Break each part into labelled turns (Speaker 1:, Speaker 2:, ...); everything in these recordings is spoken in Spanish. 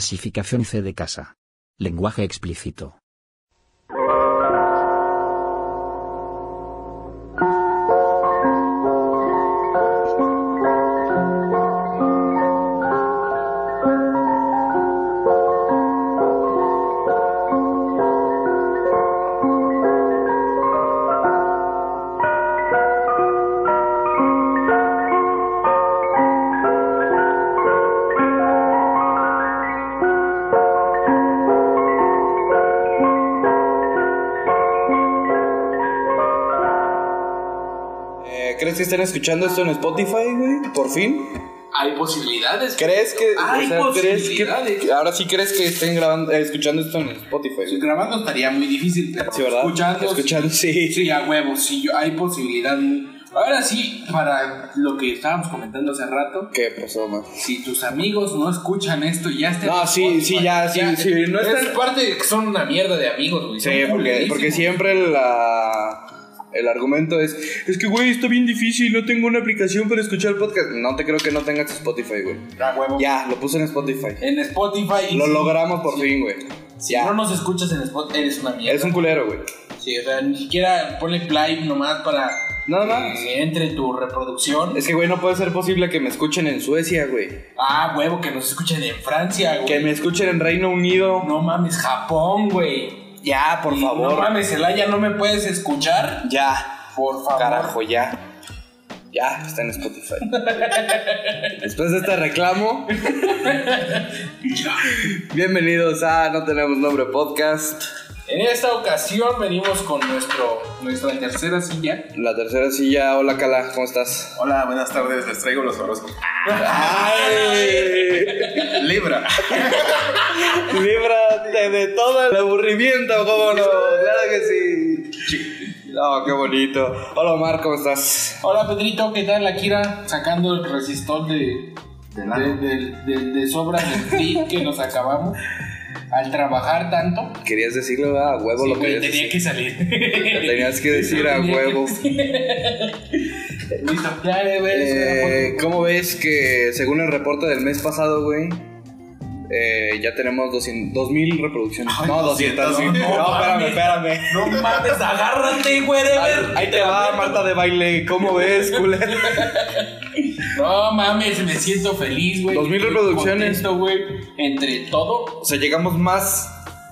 Speaker 1: Clasificación C de casa. Lenguaje explícito.
Speaker 2: Eh, ¿Crees que estén escuchando esto en Spotify, güey? Por fin.
Speaker 3: Hay posibilidades.
Speaker 2: ¿Crees que,
Speaker 3: Hay
Speaker 2: o sea, crees
Speaker 3: posibilidades.
Speaker 2: que ahora sí crees que estén grabando, eh, escuchando esto en Spotify? güey?
Speaker 3: Sí, grabando estaría muy difícil, pero
Speaker 2: Sí, ¿verdad?
Speaker 3: escuchando.
Speaker 2: Escuchando, sí.
Speaker 3: Sí, sí, a huevo, sí, yo- hay posibilidad. Ahora sí, para lo que estábamos comentando hace rato,
Speaker 2: ¿Qué pasó, man?
Speaker 3: si tus amigos no escuchan esto y ya están.
Speaker 2: No,
Speaker 3: en
Speaker 2: sí,
Speaker 3: Spotify,
Speaker 2: sí, ya, sí, sí, no
Speaker 3: es
Speaker 2: están-
Speaker 3: parte de que son una mierda de amigos, güey.
Speaker 2: Sí,
Speaker 3: son
Speaker 2: porque, porque
Speaker 3: culerísimos.
Speaker 2: siempre la, el argumento es: Es que, güey, está bien difícil, no tengo una aplicación para escuchar podcast. No te creo que no tengas Spotify, güey.
Speaker 3: A huevo.
Speaker 2: Ya, lo puse en Spotify.
Speaker 3: En Spotify.
Speaker 2: Lo
Speaker 3: sí,
Speaker 2: logramos por fin, güey.
Speaker 3: Si
Speaker 2: Ya.
Speaker 3: no nos escuchas en Spotify, eres una mierda.
Speaker 2: Eres un culero, güey.
Speaker 3: Sí, o sea, ni siquiera ponle play nomás para
Speaker 2: Nada más.
Speaker 3: que entre tu reproducción.
Speaker 2: Es que, güey, no puede ser posible que me escuchen en Suecia, güey.
Speaker 3: Ah, huevo, que nos escuchen en Francia, güey.
Speaker 2: Que me escuchen en Reino Unido.
Speaker 3: No mames, Japón, güey.
Speaker 2: Ya, por
Speaker 3: Y
Speaker 2: favor.
Speaker 3: No mames, Celaya, ¿no me puedes escuchar?
Speaker 2: Ya.
Speaker 3: Por favor.
Speaker 2: Carajo, ya. Ya, está en Spotify. Después de este reclamo,
Speaker 3: Ya.
Speaker 2: bienvenidos a No Tenemos Nombre Podcast.
Speaker 3: En esta ocasión venimos con nuestro, nuestra tercera silla.
Speaker 2: La tercera silla. Hola, Cala, ¿cómo estás?
Speaker 4: Hola, buenas tardes, les traigo los horóscopos.
Speaker 2: ¡Ay!
Speaker 4: Libra.
Speaker 2: Líbrate de todo el aburrimiento, cómo no. Claro que sí. Oh, qué bonito. Hola, Omar, ¿cómo estás?
Speaker 3: Hola, Pedrito, ¿qué tal? La Kira sacando el resistor de, de, de- de- de sobra del clip que nos acabamos al trabajar tanto.
Speaker 2: Querías decirlo a huevo
Speaker 3: Sí,
Speaker 2: lo que
Speaker 3: güey,
Speaker 2: querías
Speaker 3: tenía
Speaker 2: decir.
Speaker 3: que salir.
Speaker 2: Tenías que decir a
Speaker 3: Tenía que-
Speaker 2: huevo.
Speaker 3: Listo, ya, güey,
Speaker 2: Eh,
Speaker 3: güey.
Speaker 2: ¿Cómo ves que según el reporte del mes pasado, güey? eh, ya tenemos 200 2000 reproducciones.
Speaker 4: Ay,
Speaker 2: no, 200.
Speaker 4: 200,
Speaker 2: no,
Speaker 4: no,
Speaker 2: No, espérame, espérame.
Speaker 3: No mames, agárrate, güey.
Speaker 2: Ahí, ahí te va, Marta de baile. ¿Cómo ves, culero?
Speaker 3: No mames, me siento feliz, güey.
Speaker 2: 2000
Speaker 3: Estoy
Speaker 2: reproducciones.
Speaker 3: contento, güey. Entre todo,
Speaker 2: O sea, llegamos más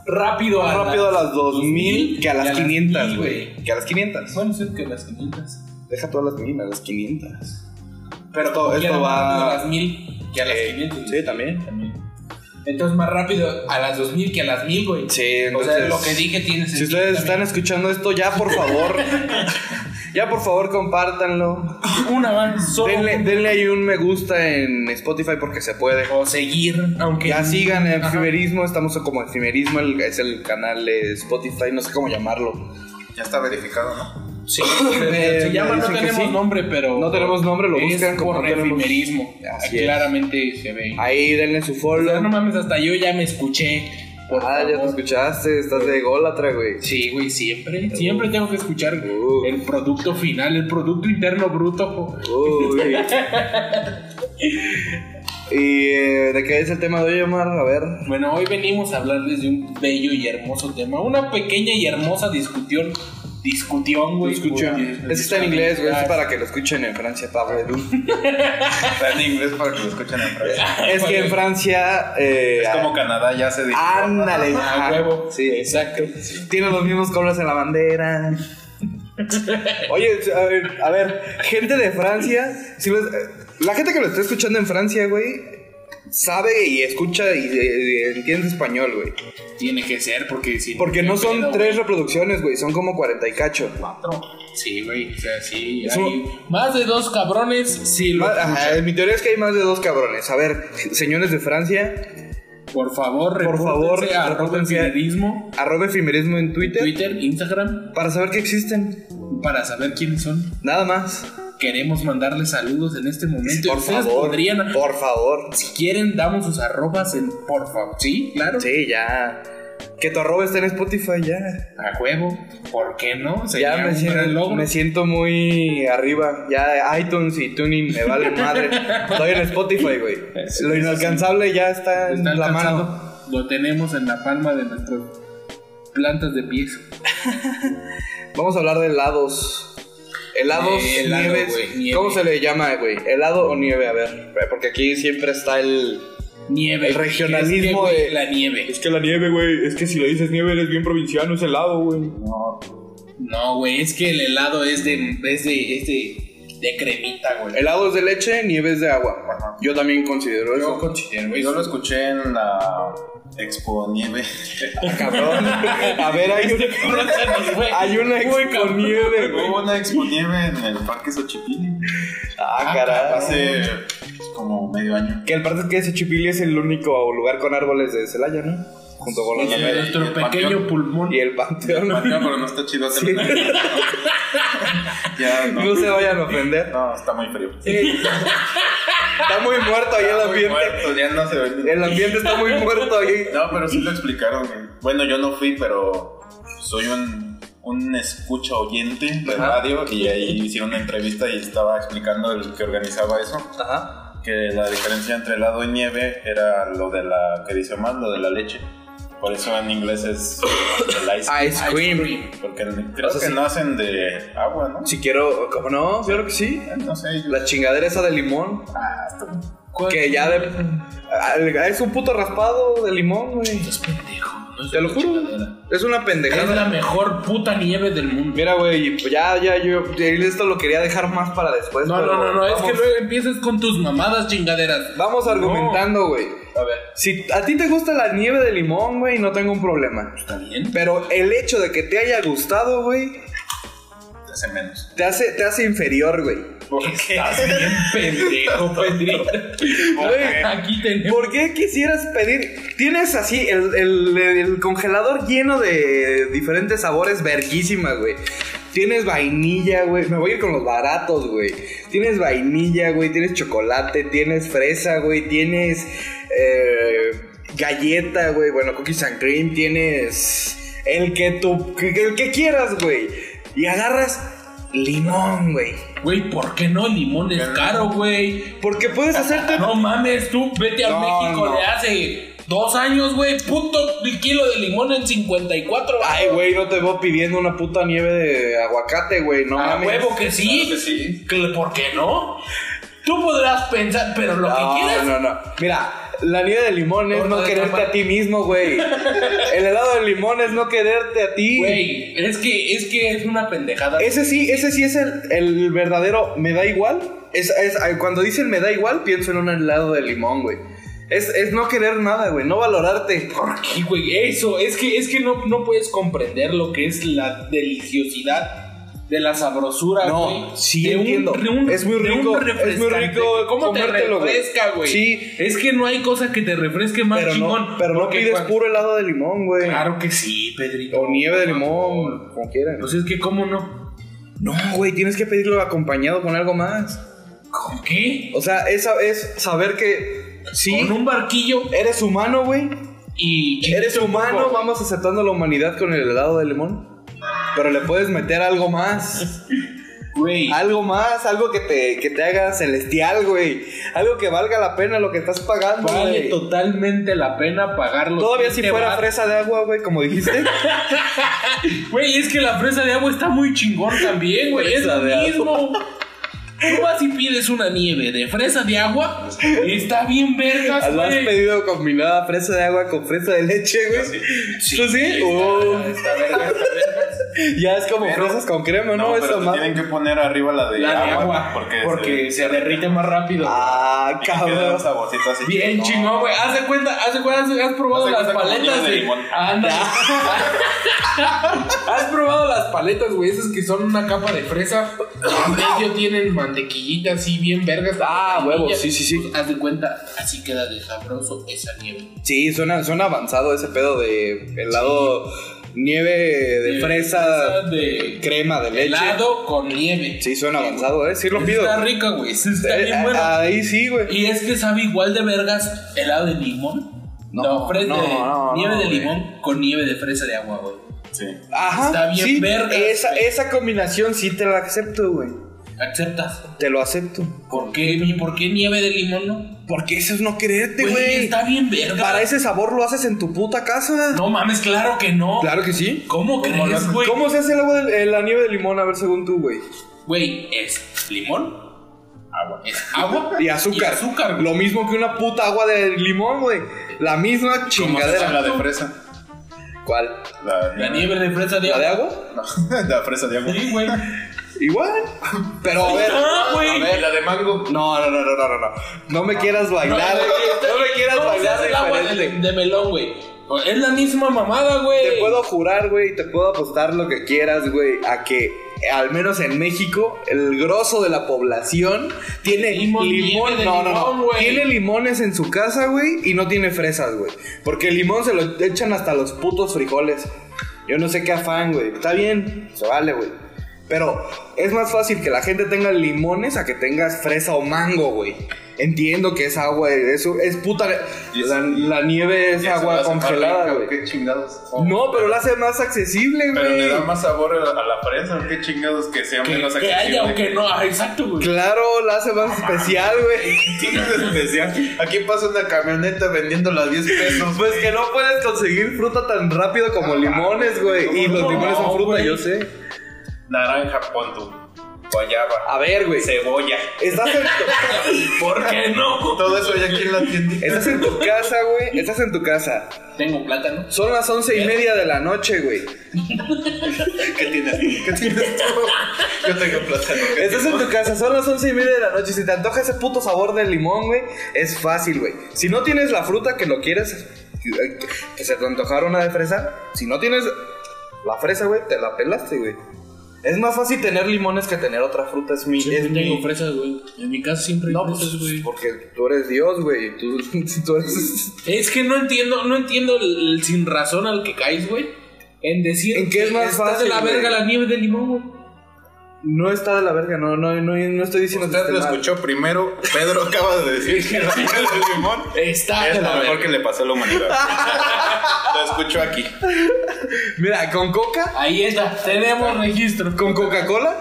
Speaker 3: rápido a
Speaker 2: rápido a las 2000 que a
Speaker 3: y
Speaker 2: las 500,
Speaker 3: 1000,
Speaker 2: güey. Que a las 500.
Speaker 3: Bueno, sí, que las 500.
Speaker 2: Deja todas las 1000, a las 500.
Speaker 3: Pero
Speaker 2: Esto-
Speaker 3: como
Speaker 2: esto
Speaker 3: quiera,
Speaker 2: va-
Speaker 3: más rápido a las 1000 que a las
Speaker 2: Eh,
Speaker 3: 500. güey.
Speaker 2: Sí, también.
Speaker 3: Entonces, más rápido a las 2000 que a las 1000, güey.
Speaker 2: Sí,
Speaker 3: O
Speaker 2: entonces-
Speaker 3: sea, lo que dije tiene
Speaker 2: Si
Speaker 3: sentido.
Speaker 2: ustedes
Speaker 3: también.
Speaker 2: están escuchando esto, ya por favor, ya por favor compártanlo.
Speaker 3: Una más, solo.
Speaker 2: Denle, denle ahí un me gusta en Spotify porque se puede.
Speaker 3: O seguir, aunque.
Speaker 2: Ya sigan el
Speaker 3: Ajá.
Speaker 2: efimerismo, estamos como efimerismo, el- es el canal de Spotify, no sé cómo llamarlo.
Speaker 4: Ya está verificado, ¿no?
Speaker 3: Sí,
Speaker 2: Me-
Speaker 3: se llama
Speaker 2: me
Speaker 3: No
Speaker 2: dicen que
Speaker 3: Tenemos
Speaker 2: sí.
Speaker 3: Nombre, pero.
Speaker 2: No tenemos nombre, lo
Speaker 3: es
Speaker 2: buscan como
Speaker 3: por
Speaker 2: no tenemos-
Speaker 3: efimerismo.
Speaker 2: Así es. Ah,
Speaker 3: Claramente se ve.
Speaker 2: Ahí denle su
Speaker 3: O sea, no
Speaker 2: follow.
Speaker 3: mames, hasta yo ya me escuché. por
Speaker 2: Ah, ya te
Speaker 3: favor.
Speaker 2: escuchaste, estás de golatra, güey.
Speaker 3: Sí, güey, siempre. Siempre tengo que escuchar
Speaker 2: Uh.
Speaker 3: el producto final, el producto interno bruto.
Speaker 2: Uy. ¿Y eh, de qué es el tema de hoy, Omar? A ver.
Speaker 3: Bueno, hoy venimos a hablarles de un bello y hermoso tema. Una pequeña y hermosa discusión. Discutión, güey.
Speaker 2: Es que está en inglés, güey, es para que lo escuchen en Francia, Pablo.
Speaker 4: Está en inglés para que lo escuchen en francés.
Speaker 2: Es que en Francia. eh, ah,
Speaker 4: Es como Canadá ya Ah, se dijo.
Speaker 2: Ándale,
Speaker 3: A
Speaker 2: ajá.
Speaker 3: huevo.
Speaker 2: Sí,
Speaker 3: exacto.
Speaker 2: Tiene los mismos colores en la bandera. Oye, a ver, a ver, gente de Francia, si los- eh, la gente que lo está escuchando en Francia, güey, sabe y escucha y, eh, entiende español, güey.
Speaker 3: Tiene que ser, porque si
Speaker 2: Porque no son
Speaker 3: Pero,
Speaker 2: tres reproducciones, güey, son como 40 y cacho.
Speaker 3: Sí, güey, o sea, sí.
Speaker 2: Es
Speaker 3: hay
Speaker 2: un-
Speaker 3: Más de dos cabrones, sí, lo
Speaker 2: Ma- ajá, mi teoría es que hay más de dos cabrones. A ver, señores de Francia,
Speaker 3: Por favor,
Speaker 2: Por favor,
Speaker 3: repórtense a
Speaker 2: repórtense.
Speaker 3: Robenfiderismo,
Speaker 2: arroba efimerismo en Twitter,
Speaker 3: Twitter, Instagram,
Speaker 2: para saber que existen.
Speaker 3: para saber quiénes son.
Speaker 2: Nada más.
Speaker 3: Queremos mandarles saludos en este momento.
Speaker 2: Por
Speaker 3: Ustedes
Speaker 2: favor,
Speaker 3: podrían,
Speaker 2: por favor.
Speaker 3: si quieren, damos sus arrobas en por favor. Sí, claro.
Speaker 2: Sí, ya. Que tu arroba está en Spotify ya.
Speaker 3: A huevo. ¿Por qué no?
Speaker 2: ya
Speaker 3: Sería
Speaker 2: me
Speaker 3: un gran
Speaker 2: siento,
Speaker 3: logro.
Speaker 2: me siento muy arriba. Ya iTunes y Tuning me valen madre. Estoy en Spotify, güey.
Speaker 3: Sí,
Speaker 2: Lo
Speaker 3: sí,
Speaker 2: inalcanzable ya está,
Speaker 3: Está
Speaker 2: en la
Speaker 3: alcanzado.
Speaker 2: mano.
Speaker 3: Lo tenemos en la palma de nuestras plantas de pies.
Speaker 2: Vamos a hablar de helados. Helados,
Speaker 3: Eh, helado,
Speaker 2: nieves.
Speaker 3: güey, nieve.
Speaker 2: ¿Cómo se le llama, güey? ¿Helado o nieve? A ver, porque aquí siempre está el.
Speaker 3: Nieve.
Speaker 2: El
Speaker 3: güey.
Speaker 2: regionalismo
Speaker 3: Es que, güey,
Speaker 2: de-
Speaker 3: la nieve.
Speaker 2: que la nieve, güey. Es que si le dices nieve, eres bien provinciano, es helado, güey.
Speaker 3: No, no, güey, es que el helado es de, es de, es de, de cremita, güey.
Speaker 2: Helados de leche, nieves de agua.
Speaker 4: Ajá.
Speaker 2: Yo también considero
Speaker 3: Yo
Speaker 2: eso.
Speaker 3: considero
Speaker 4: Yo lo
Speaker 3: eso.
Speaker 4: escuché en la Expo Nieve.
Speaker 2: Ah, cabrón. Este A ver, hay una,
Speaker 3: Se nos fue.
Speaker 2: hay una
Speaker 3: Uy,
Speaker 2: expo
Speaker 3: cabrón.
Speaker 2: nieve, güey.
Speaker 4: Hubo una Expo Nieve en el Parque Xochipilli.
Speaker 2: Ah, caray.
Speaker 4: Hace pues, como medio año.
Speaker 2: Que el parte es que Xochipilli es el único lugar con árboles de Celaya, ¿no? Junto con
Speaker 4: Sí,
Speaker 2: la Alameda.
Speaker 4: y
Speaker 3: Nuestro
Speaker 4: el
Speaker 3: pequeño
Speaker 4: panteón.
Speaker 3: pulmón.
Speaker 2: Y el panteón.
Speaker 4: Mateo, pero no está chido
Speaker 2: Sí.
Speaker 4: hacerlo. Ya, no.
Speaker 2: No se vayan a ofender.
Speaker 4: No, está muy frío.
Speaker 2: Está muy muerto ahí el
Speaker 4: Está muy
Speaker 2: ambiente.
Speaker 4: muerto, ya no se ve.
Speaker 2: El ambiente está muy muerto ahí.
Speaker 4: No, pero sí lo explicaron. güey. Bueno, yo no fui, pero soy un, un escucha oyente de
Speaker 2: Ajá.
Speaker 4: radio y ahí hicieron una entrevista y estaba explicando el que organizaba eso,
Speaker 2: Ajá.
Speaker 4: que la diferencia entre helado y nieve era lo de la que dice más, lo de la leche. Por eso en inglés es el ice.
Speaker 2: Ice cream.
Speaker 4: Porque el- creo
Speaker 2: O sea,
Speaker 4: que
Speaker 2: sí.
Speaker 4: no hacen de agua, ¿no? Eh,
Speaker 2: Si quiero, ¿cómo no? Claro que sí.
Speaker 4: No sé, yo-
Speaker 2: La chingadera esa de limón.
Speaker 4: Ah, esto-
Speaker 3: ¿Cuál-
Speaker 2: Que ya de. ah, Es un puto raspado de limón, güey.
Speaker 3: Estás pendejo. no es
Speaker 2: Te lo
Speaker 3: una
Speaker 2: juro.
Speaker 3: chingadera.
Speaker 2: Es una
Speaker 3: Es la
Speaker 2: pendejada.
Speaker 3: mejor puta nieve del mundo.
Speaker 2: Mira, güey, pues ya, ya, yo. Esto lo quería dejar más para después.
Speaker 3: No,
Speaker 2: pero
Speaker 3: no, no, no, es que
Speaker 2: vamos-
Speaker 3: luego empiezas con tus mamadas chingaderas.
Speaker 2: Vamos argumentando, güey.
Speaker 3: A ver,
Speaker 2: Si a ti te gusta la nieve de limón, güey, no tengo un problema.
Speaker 3: ¿está bien?
Speaker 2: Pero el hecho de que te haya gustado, güey,
Speaker 4: te hace menos.
Speaker 2: te hace, te hace inferior, güey.
Speaker 4: ¿Por qué?
Speaker 3: Bien pendejo, Pedrito.
Speaker 2: Güey,
Speaker 3: Aquí tenemos.
Speaker 2: ¿Por qué quisieras pedir? Tienes así el, el- el congelador lleno de diferentes sabores verguísimas, güey. Tienes vainilla, güey. Me voy a ir con los baratos, güey. Tienes vainilla, güey. Tienes chocolate, tienes fresa, güey. Tienes eh, galleta, güey. Bueno, cookies and cream. Tienes el que tú, el que quieras, güey. Y agarras limón, güey.
Speaker 3: Güey, ¿por qué no? El limón es caro, güey.
Speaker 2: Porque puedes hacerte
Speaker 3: No mames, tú vete a
Speaker 2: No,
Speaker 3: México
Speaker 2: no.
Speaker 3: de hace dos años, güey. Puto kilo de limón en 54.
Speaker 2: Ay, güey, no te veo pidiendo una puta nieve de aguacate, güey, no
Speaker 3: A
Speaker 2: mames.
Speaker 3: huevo que sí.
Speaker 4: Claro que sí.
Speaker 3: Que- ¿Por qué no? Tú podrás pensar, pero lo
Speaker 2: no,
Speaker 3: que quieras.
Speaker 2: no, no. Mira, la nieve de limón es
Speaker 3: Torta
Speaker 2: no
Speaker 3: de
Speaker 2: quererte
Speaker 3: camarón.
Speaker 2: a ti mismo, güey. El helado de limón es no quererte a ti.
Speaker 3: Güey, es que, es que es una pendejada.
Speaker 2: Ese sí, ese sí es el, el verdadero me da igual. Es, es- cuando dicen me da igual, pienso en un helado de limón, güey. Es, es no querer nada, güey, no valorarte.
Speaker 3: ¿Por qué, güey? Eso, es que, es que no, no puedes comprender lo que es la deliciosidad de la sabrosura, güey.
Speaker 2: No, sí
Speaker 3: de un-
Speaker 2: entiendo.
Speaker 3: de un-
Speaker 2: es muy
Speaker 3: de un
Speaker 2: rico, es muy
Speaker 3: refrescante.
Speaker 2: rico
Speaker 3: ¿Cómo te
Speaker 2: comértelo, güey.
Speaker 3: refresca, güey?
Speaker 2: Sí,
Speaker 3: Es que no hay cosa que te refresque más
Speaker 2: pero
Speaker 3: chingón.
Speaker 2: no, pero no
Speaker 3: porque
Speaker 2: pides
Speaker 3: cuando-
Speaker 2: puro helado de limón, güey.
Speaker 3: Claro que sí, Pedrito.
Speaker 2: O nieve de limón, como quieran.
Speaker 3: Pues es que, ¿cómo no?
Speaker 2: No, Ah, güey, tienes que pedirlo acompañado con algo más.
Speaker 3: ¿Con qué?
Speaker 2: O sea, es, es saber que sí,
Speaker 3: Con un barquillo
Speaker 2: eres humano, güey.
Speaker 3: y...
Speaker 2: Eres
Speaker 3: chingate un
Speaker 2: humano,
Speaker 3: poco.
Speaker 2: vamos aceptando la humanidad con el helado de limón. Pero le puedes meter algo más.
Speaker 3: Güey,
Speaker 2: Algo más, algo que te, que te haga celestial, güey. Algo que valga la pena lo que estás pagando,
Speaker 3: vale
Speaker 2: güey.
Speaker 3: totalmente la pena pagarlo.
Speaker 2: Todavía si fuera fresa de agua, güey, como dijiste.
Speaker 3: Güey, es que la fresa de agua está muy chingón también, güey. Es
Speaker 2: Fresa
Speaker 3: lo
Speaker 2: de agua.
Speaker 3: mismo. Tú vas y pides una nieve de fresa de agua. Está bien vergas,
Speaker 2: ¿Lo has
Speaker 3: güey.
Speaker 2: pedido combinada fresa de agua con fresa de leche, güey? ¿Tú sí? Oh,
Speaker 4: Esta verga, esta verga.
Speaker 2: ya es como
Speaker 4: Pero-
Speaker 2: fresas con crema, ¿no?
Speaker 4: No,
Speaker 2: Esa
Speaker 4: pero te
Speaker 2: madre.
Speaker 4: tienen que poner arriba la de,
Speaker 3: La de
Speaker 4: agua,
Speaker 3: agua.
Speaker 4: porque,
Speaker 3: Porque
Speaker 4: se-
Speaker 3: se derrite más rápido.
Speaker 2: Ah,
Speaker 4: y que queda un
Speaker 2: cabrón.
Speaker 4: saborcito así.
Speaker 3: Bien
Speaker 4: No,
Speaker 3: chingón, güey. Haz de cuenta, haz de cuenta, has- has probado
Speaker 4: Haz de
Speaker 3: las
Speaker 4: cuenta como
Speaker 3: paletas
Speaker 4: nieve de
Speaker 3: de.
Speaker 4: limón.
Speaker 3: Anda. has probado las paletas, güey. Esas que son una capa de fresa. En medio tienen mantequillita así, bien vergas.
Speaker 2: Ah,
Speaker 3: vainilla.
Speaker 2: huevo, sí, sí, sí.
Speaker 3: Pues, haz de cuenta, así queda de sabroso esa nieve.
Speaker 2: Sí, suena, suena avanzado ese pedo de helado nieve de, fresa,
Speaker 3: de
Speaker 2: crema de leche.
Speaker 3: helado con nieve.
Speaker 2: Sí, suena avanzado, ¿eh? Sí lo
Speaker 3: Esa
Speaker 2: pido.
Speaker 3: Está rica, güey. Esa Está
Speaker 2: Eh,
Speaker 3: bien
Speaker 2: a-
Speaker 3: buena.
Speaker 2: Ahí sí, güey.
Speaker 3: Y es que sabe igual de vergas helado de limón No, fresa
Speaker 2: no,
Speaker 3: de-
Speaker 2: no,
Speaker 3: nieve
Speaker 2: no,
Speaker 3: de
Speaker 2: güey.
Speaker 3: limón con nieve de fresa de agua, güey.
Speaker 4: Sí.
Speaker 2: Ajá.
Speaker 3: Está bien
Speaker 2: sí,
Speaker 3: vergas,
Speaker 2: esa,
Speaker 3: güey.
Speaker 2: esa combinación sí te la acepto, güey.
Speaker 3: ¿Aceptas?
Speaker 2: Te lo acepto.
Speaker 3: ¿Por qué, ¿Por qué nieve de limón no?
Speaker 2: Porque eso es no quererte,
Speaker 3: Güey,
Speaker 2: güey.
Speaker 3: está bien verga.
Speaker 2: Para ese sabor lo haces en tu puta casa.
Speaker 3: No mames, claro que no.
Speaker 2: Claro que sí.
Speaker 3: ¿Cómo, crees,
Speaker 4: lo-
Speaker 3: güey?
Speaker 2: ¿Cómo se hace el agua de, eh, la nieve de limón? A ver, según tú, güey.
Speaker 3: Güey, es limón,
Speaker 4: Agua.
Speaker 3: es agua
Speaker 2: Y azúcar.
Speaker 3: Y azúcar, güey.
Speaker 2: Lo mismo que una puta agua de limón, güey. La misma
Speaker 4: ¿Cómo se hace
Speaker 2: chingadera.
Speaker 4: la de fresa?
Speaker 2: ¿Cuál?
Speaker 4: La,
Speaker 3: La nieve de fresa de
Speaker 2: ¿La de
Speaker 3: agua.
Speaker 2: agua?
Speaker 4: la fresa de agua.
Speaker 3: Sí, güey.
Speaker 2: Igual. Pero a ver.
Speaker 3: Ah, güey.
Speaker 4: A ver, la de mango.
Speaker 2: No, no, no, no, no, no, no. No me quieras bailar. No, me quieras
Speaker 3: ¿Cómo se
Speaker 2: bailar
Speaker 3: hace el agua de,
Speaker 2: diferente.
Speaker 3: de melón, güey? Es la misma mamada, güey.
Speaker 2: Te puedo jurar, güey, te puedo apostar lo que quieras, güey, a que eh, al menos en México el grosso de la población tiene
Speaker 3: Limón,
Speaker 2: limón,
Speaker 3: nieve de
Speaker 2: no, no,
Speaker 3: limón,
Speaker 2: no,
Speaker 3: güey.
Speaker 2: tiene limones en su casa, güey, y no tiene fresas, güey, porque el limón se lo echan hasta los putos frijoles. Yo no sé qué afán, güey. Está bien, se vale, güey. Pero es más fácil que la gente tenga limones a que tengas fresa o mango, güey. Entiendo que es agua, eso es puta.
Speaker 4: Y es-
Speaker 2: La, la nieve es
Speaker 4: Ya se la
Speaker 2: agua
Speaker 4: hace más
Speaker 2: congelada,
Speaker 4: rica,
Speaker 2: güey.
Speaker 4: ¿Qué chingados?
Speaker 2: No, pero la hace más accesible,
Speaker 4: Oh. Pero le da
Speaker 2: güey.
Speaker 4: más sabor a la, a la fresa. ¿Qué chingados que sea
Speaker 3: Que,
Speaker 4: menos
Speaker 3: que haya o que no. Ah, exacto, güey.
Speaker 2: Claro, la hace más especial, güey.
Speaker 4: Tienes especial. Aquí pasa una camioneta vendiéndola a 10 pesos.
Speaker 2: Pues que no puedes conseguir fruta tan rápido como limones, güey. Y los
Speaker 4: Ah, No,
Speaker 2: limones son fruta,
Speaker 3: güey.
Speaker 2: yo sé.
Speaker 4: Naranja, pon tu guayaba,
Speaker 2: A ver, güey.
Speaker 4: cebolla.
Speaker 2: Estás en, tu,
Speaker 3: Ah, ¿Por qué no?
Speaker 4: Todo eso ya aquí en la tienda.
Speaker 2: estás en tu casa, güey. Estás en tu casa.
Speaker 3: Tengo plátano.
Speaker 2: Son las once
Speaker 4: ¿Eh?
Speaker 2: y media de la noche, güey.
Speaker 4: ¿Qué tienes? ¿Qué tienes tú? Yo tengo plátano. ¿qué
Speaker 2: Estás en
Speaker 4: tienes?
Speaker 2: tu casa, son las once y media de la noche. Si te antoja ese puto sabor del limón, güey, es fácil, güey. Si no tienes la fruta que lo quieres, eh, que se te antojara una de fresa, si no tienes la fresa, güey, te la pelaste, güey. Es más fácil tener limones que tener otra fruta, es mi.
Speaker 3: Siempre
Speaker 2: es mi-
Speaker 3: fresas, güey. En mi casa siempre hay
Speaker 2: No, pues, porque tú eres Dios, güey. Tú, tú eres.
Speaker 3: Es que no entiendo, no entiendo el, el sin razón al que caes, güey. En decir
Speaker 2: ¿En qué es
Speaker 3: que
Speaker 2: más
Speaker 3: está
Speaker 2: fácil,
Speaker 3: de la
Speaker 2: güey?
Speaker 3: verga la nieve de limón, güey.
Speaker 2: No está de la verga, no, no, no, no estoy diciendo que
Speaker 4: Usted
Speaker 2: esté
Speaker 4: lo
Speaker 2: mal.
Speaker 4: escuchó primero. Pedro acaba de decir que la miel de limón
Speaker 3: Está
Speaker 4: es
Speaker 3: de
Speaker 4: lo
Speaker 3: la
Speaker 4: mejor
Speaker 3: verga.
Speaker 4: que le pasó a la humanidad. Lo escuchó aquí.
Speaker 2: Mira, con coca,
Speaker 3: Ahí está, tenemos registro.
Speaker 4: Ah,
Speaker 2: con Coca-Cola,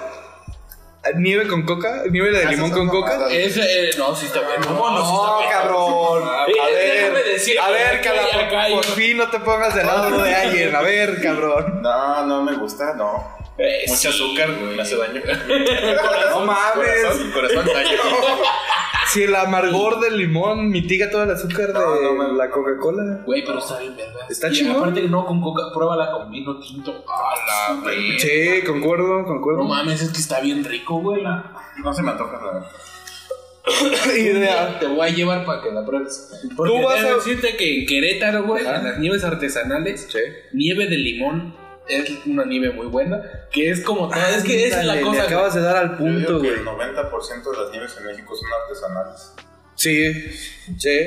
Speaker 2: nieve con coca, nieve de
Speaker 4: Ah,
Speaker 2: limón
Speaker 4: esas
Speaker 2: con
Speaker 4: son
Speaker 2: coca.
Speaker 4: mamadas.
Speaker 3: Ese, eh, no, sí está bien. No, no, sí
Speaker 2: No,
Speaker 3: está bien.
Speaker 2: Oh, cabrón. A
Speaker 3: Eh, déjame
Speaker 2: ver,
Speaker 3: decir
Speaker 2: a
Speaker 3: que
Speaker 2: ver,
Speaker 3: aquí hay acá
Speaker 2: cabrón.
Speaker 3: hay-
Speaker 2: Por fin no te pongas del lado de alguien. A ver, cabrón.
Speaker 4: No, no me gusta, no.
Speaker 3: Eh, sí,
Speaker 4: Mucho azúcar, me hace daño.
Speaker 2: No mames.
Speaker 4: Corazón, corazón, daño.
Speaker 2: Si el amargor del limón mitiga todo el azúcar de
Speaker 4: No, no me-
Speaker 2: la Coca-Cola.
Speaker 3: Güey, pero está bien, ¿verdad?
Speaker 2: Está
Speaker 3: Y
Speaker 2: chingón.
Speaker 3: Aparte que no con coca, pruébala con vino tinto. A la verga.
Speaker 2: Sí, concuerdo,
Speaker 3: No
Speaker 2: concuerdo.
Speaker 3: mames, es que está bien rico, güey. La...
Speaker 4: No se me antoja la
Speaker 2: Idea.
Speaker 3: Te voy a llevar para que la pruebes. Porque
Speaker 2: Tú vas
Speaker 3: debo
Speaker 2: a-
Speaker 3: decirte que en Querétaro, güey,
Speaker 2: Ajá.
Speaker 3: en las nieves artesanales,
Speaker 2: Sí.
Speaker 3: nieve de limón es una nieve muy buena, que es como
Speaker 2: Ah,
Speaker 3: toda, es que esa es la
Speaker 2: Ándale, le
Speaker 3: cosa. güey.
Speaker 2: acabas de dar al
Speaker 4: Yo digo
Speaker 2: punto,
Speaker 4: que
Speaker 2: güey.
Speaker 4: el 90% de las nieves en México son artesanales.
Speaker 2: Sí, sí.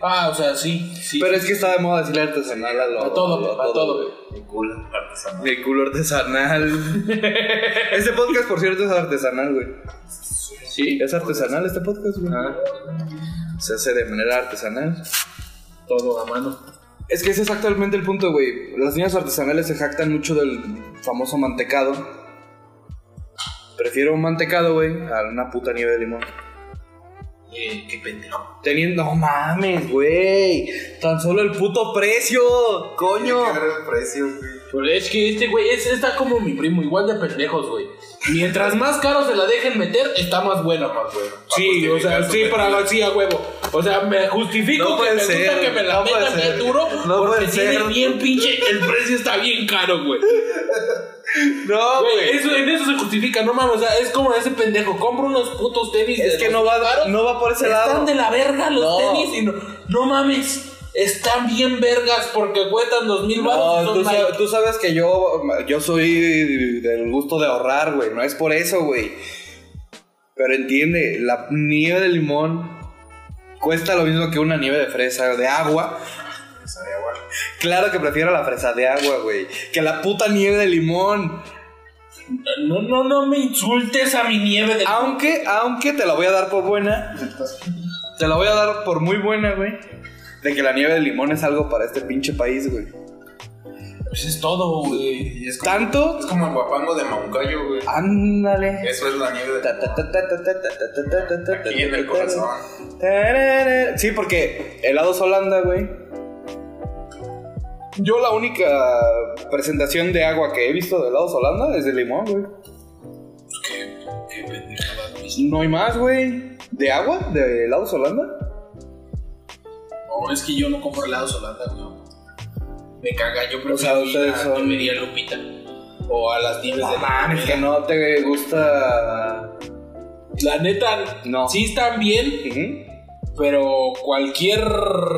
Speaker 3: Ah, o sea, sí, sí.
Speaker 2: Pero es que está de moda decirle artesanal a lo.
Speaker 3: a todo,
Speaker 2: a
Speaker 3: a todo, güey.
Speaker 4: Mi culo artesanal.
Speaker 2: El culo artesanal. este podcast, por cierto, es artesanal, güey.
Speaker 3: Sí,
Speaker 2: Es artesanal este podcast, güey.
Speaker 3: Ah,
Speaker 2: Se hace de manera artesanal.
Speaker 3: todo a mano.
Speaker 2: Es que ese es actualmente el punto, güey. Las niñas artesanales se jactan mucho del famoso mantecado. Prefiero un mantecado, güey, a una puta nieve de limón.
Speaker 3: Eh, qué pendejo.
Speaker 2: Teniendo. No mames, güey. Tan solo el puto precio. Coño.
Speaker 4: Tiene que ver el precio, güey.
Speaker 3: Pero es que este güey es, está como mi primo, igual de pendejos, güey. Mientras más caro se la dejen meter, está más buena, más buena.
Speaker 4: Para
Speaker 3: Sí, o sea,
Speaker 4: justificar
Speaker 3: sí,
Speaker 4: su
Speaker 3: para
Speaker 4: mentira.
Speaker 3: la sí, a huevo. O sea, me justifico
Speaker 2: No
Speaker 3: que
Speaker 2: puede
Speaker 3: me gusta
Speaker 2: ser,
Speaker 3: que me la
Speaker 2: no puede
Speaker 3: metan bien
Speaker 2: ser.
Speaker 3: duro
Speaker 2: No
Speaker 3: porque
Speaker 2: puede
Speaker 3: tiene
Speaker 2: ser.
Speaker 3: bien pinche, el precio está bien caro, güey.
Speaker 2: No,
Speaker 3: Güey,
Speaker 2: güey.
Speaker 3: eso, en eso se justifica, no mames, o sea, es como ese pendejo, compra unos putos tenis.
Speaker 2: Es
Speaker 3: de
Speaker 2: que
Speaker 3: los
Speaker 2: no va,
Speaker 3: caros,
Speaker 2: no va por ese
Speaker 3: Están
Speaker 2: lado.
Speaker 3: de la verga los
Speaker 2: No.
Speaker 3: tenis y no, no mames, están bien vergas porque cuestan dos mil baros.
Speaker 2: No,
Speaker 3: y son
Speaker 2: tú, sa-
Speaker 3: Nike.
Speaker 2: tú sabes que yo, yo soy del gusto de ahorrar, güey. No es por eso, güey. Pero entiende, la nieve de limón cuesta lo mismo que una nieve de fresa de agua.
Speaker 4: Fresa de agua.
Speaker 2: Claro que prefiero la fresa de agua, güey. Que la puta nieve de limón.
Speaker 3: No, no, no me insultes a mi nieve de
Speaker 2: Aunque, aunque te la voy a dar por buena. Te la voy a dar por muy buena, güey. de que la nieve de limón es algo para este pinche país, güey.
Speaker 3: Pues es todo, güey. y Es como,
Speaker 2: Tanto.
Speaker 4: Es como el guapango de Mancayo, güey.
Speaker 2: Ándale.
Speaker 4: Eso es la nieve de
Speaker 2: Ta, ta, ta, ta, ta, ta, ta, ta, ta, ta, ta, ta,
Speaker 4: aquí en el
Speaker 2: ta,
Speaker 4: corazón.
Speaker 2: Tarara. Sí, porque helados Holanda, güey. Yo la única presentación de agua que he visto de helados Holanda es de limón, güey.
Speaker 3: Qué, qué pendejada, güey.
Speaker 2: No hay más, güey. ¿De agua? ¿De helados Holanda?
Speaker 3: No, es que yo no compro helados Holanda, güey. Me caga, yo
Speaker 2: O sea,
Speaker 3: prefiero ir
Speaker 2: ustedes
Speaker 3: a
Speaker 2: son-
Speaker 3: Plomería Lupita. O a las tiendas de
Speaker 2: mames, Pues que no te gusta...
Speaker 3: La neta,
Speaker 2: No.
Speaker 3: sí están bien,
Speaker 2: Ujú.
Speaker 3: pero cualquier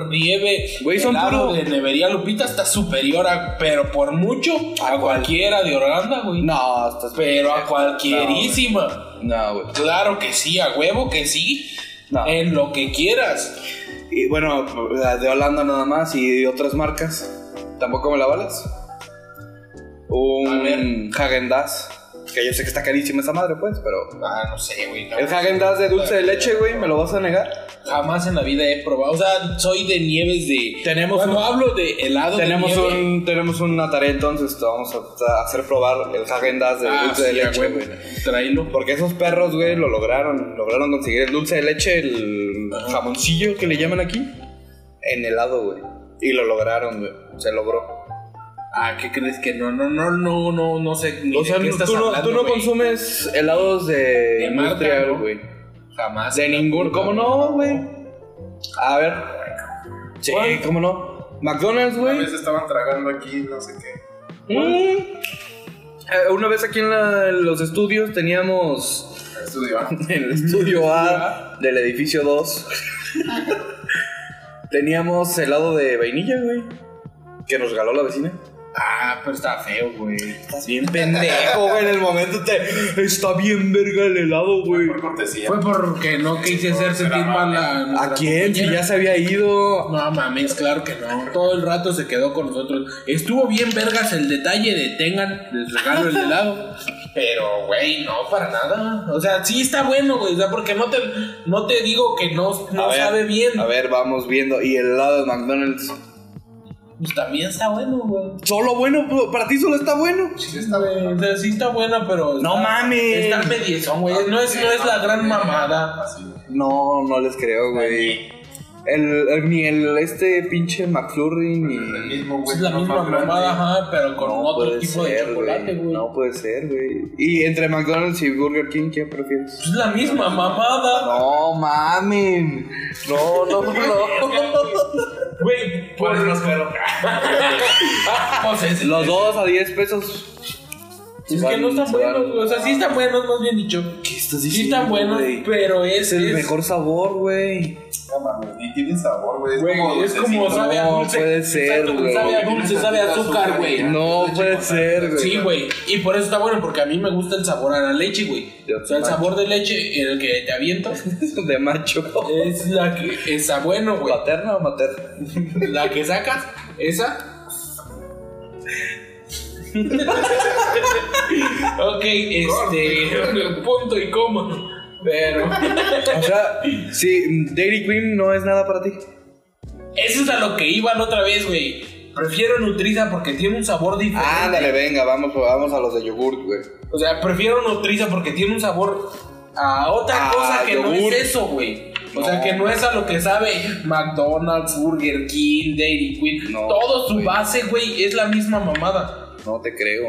Speaker 3: nieve
Speaker 2: Güey, son
Speaker 3: helado
Speaker 2: puro-
Speaker 3: de nevería Lupita está superior a, pero por mucho, a cualquiera de Holanda, güey.
Speaker 2: No, estás...
Speaker 3: Pero a cualquierísima.
Speaker 2: No, güey.
Speaker 3: Claro que sí, a huevo que sí.
Speaker 2: No.
Speaker 3: En lo que quieras.
Speaker 2: Y bueno, la de Holanda nada más y de otras marcas. ¿Tampoco me la vales?
Speaker 3: A ver.
Speaker 2: Un Häagen-Dazs. Que yo sé que está carísima esa madre, pues, pero...
Speaker 3: Ah, no sé, güey. no.
Speaker 2: El Häagen-Dazs de dulce de leche, güey, ¿me lo vas a negar?
Speaker 3: Jamás en la vida he probado. O sea, soy de nieves de.
Speaker 2: Tenemos
Speaker 3: Cuando
Speaker 2: un-
Speaker 3: hablo de helado
Speaker 2: Tenemos,
Speaker 3: de nieve.
Speaker 2: un, tenemos una tarea entonces, te vamos a a hacer probar el Häagen-Dazs de
Speaker 3: Ah,
Speaker 2: dulce de
Speaker 3: sí, a
Speaker 2: leche,
Speaker 3: huevo.
Speaker 2: güey.
Speaker 3: Tráelo.
Speaker 2: Porque esos perros, güey, lo lograron. Lograron conseguir el dulce de leche, el jamoncillo que le llaman aquí, en helado, güey. Y lo lograron, güey. Se logró.
Speaker 3: Ah, ¿qué crees que no? No, no, no, no, no sé. ni
Speaker 2: O
Speaker 3: de
Speaker 2: sea,
Speaker 3: qué
Speaker 2: tú,
Speaker 3: estás
Speaker 2: no,
Speaker 3: hablando,
Speaker 2: tú no
Speaker 3: güey.
Speaker 2: consumes helados de,
Speaker 3: De marca,
Speaker 2: industrial,
Speaker 3: ¿no?
Speaker 2: güey.
Speaker 3: Jamás.
Speaker 2: De ningún. ¿Cómo no, güey? A ver. Sí,
Speaker 3: ¿Cuál?
Speaker 2: ¿cómo no? McDonald's,
Speaker 4: Una
Speaker 2: güey.
Speaker 4: vez estaban tragando aquí, no sé qué.
Speaker 2: Mm. Eh, Una vez aquí en, la- en los estudios teníamos
Speaker 4: Estudio.
Speaker 2: en el estudio A del edificio 2. teníamos helado de vainilla, güey. Que nos regaló la vecina.
Speaker 3: Ah, pero está feo, güey.
Speaker 2: Estás bien pendejo, güey. En el momento te. Está bien verga el helado, güey.
Speaker 4: Por cortesía.
Speaker 3: Fue porque no quise hacer sentir mal ¿eh? a.
Speaker 2: ¿A quién? Si ya se había ido.
Speaker 3: No mames, claro que no. Todo el rato se quedó con nosotros. Estuvo bien, vergas, el detalle de tengan, les regalo el helado. Pero, güey, no, para nada. O sea, sí está bueno, güey. O sea, porque no te, no te digo que no, no
Speaker 2: A ver,
Speaker 3: sabe bien.
Speaker 2: A ver, vamos viendo. Y el helado de McDonald's.
Speaker 3: Pues también está bueno, güey.
Speaker 2: Solo bueno, para ti solo está bueno.
Speaker 3: Sí está, o sea, sí está buena, pero.
Speaker 2: No
Speaker 3: está-
Speaker 2: mames.
Speaker 3: Está mediezón, güey. No es, no es la gran mamada.
Speaker 4: Así.
Speaker 2: No, no les creo, güey. El, el- ni el este pinche McFlurry ni.
Speaker 4: El mismo, güey.
Speaker 3: Es la
Speaker 4: no
Speaker 3: misma
Speaker 4: más grande.
Speaker 3: mamada, ajá, pero con
Speaker 2: No
Speaker 3: otro
Speaker 2: puede
Speaker 3: tipo
Speaker 2: ser,
Speaker 3: de chocolate, güey.
Speaker 2: No puede ser, güey. Y entre McDonald's y Burger King, ¿qué prefieres?
Speaker 3: Es la misma mamada.
Speaker 2: No mamen. No, no, no.
Speaker 3: Güey,
Speaker 4: ¿Cuál es más caro?
Speaker 3: pues es-
Speaker 2: Los dos a 10 pesos.
Speaker 3: Es que no están buenos, güey. O sea, sí están buenos, más bien dicho.
Speaker 2: ¿Qué estás
Speaker 3: Sí están buenos,
Speaker 2: güey?
Speaker 3: pero
Speaker 2: Es
Speaker 3: es.
Speaker 2: el
Speaker 3: es-
Speaker 2: mejor sabor, güey.
Speaker 4: No mames, ni tiene sabor, güey. Es
Speaker 3: Güey,
Speaker 4: como.
Speaker 3: es como
Speaker 4: dulcecito.
Speaker 3: sabe a
Speaker 2: No
Speaker 3: dulce.
Speaker 2: puede
Speaker 3: Exacto,
Speaker 2: ser, güey.
Speaker 3: Sabe a dulce, sabe a azúcar, güey.
Speaker 2: No puede ser, güey.
Speaker 3: Sí, güey. Y por eso está bueno, porque a mí me gusta el sabor a la leche, güey.
Speaker 2: Yo
Speaker 3: O sea, el
Speaker 2: macho.
Speaker 3: sabor de leche, el que te aviento,
Speaker 2: De macho.
Speaker 3: es la que está bueno, güey.
Speaker 2: ¿Paterna o materna?
Speaker 3: La que sacas, esa. ok, este. Punto y coma. Pero.
Speaker 2: O sea, sí, Dairy Queen no es nada para ti.
Speaker 3: Eso es a lo que iban otra vez, güey. Prefiero Nutriza porque tiene un sabor diferente.
Speaker 2: Ándale, venga, vamos, vamos a los Ah, de yogurt, güey.
Speaker 3: O sea, prefiero Nutriza porque tiene un sabor a otra
Speaker 2: Ah,
Speaker 3: cosa que no
Speaker 2: yogur.
Speaker 3: es eso, güey. O sea,
Speaker 2: No.
Speaker 3: que no es a lo que sabe McDonald's, Burger King, Dairy Queen.
Speaker 2: No,
Speaker 3: Todo su
Speaker 2: güey.
Speaker 3: base, güey, es la misma mamada.
Speaker 2: No te creo.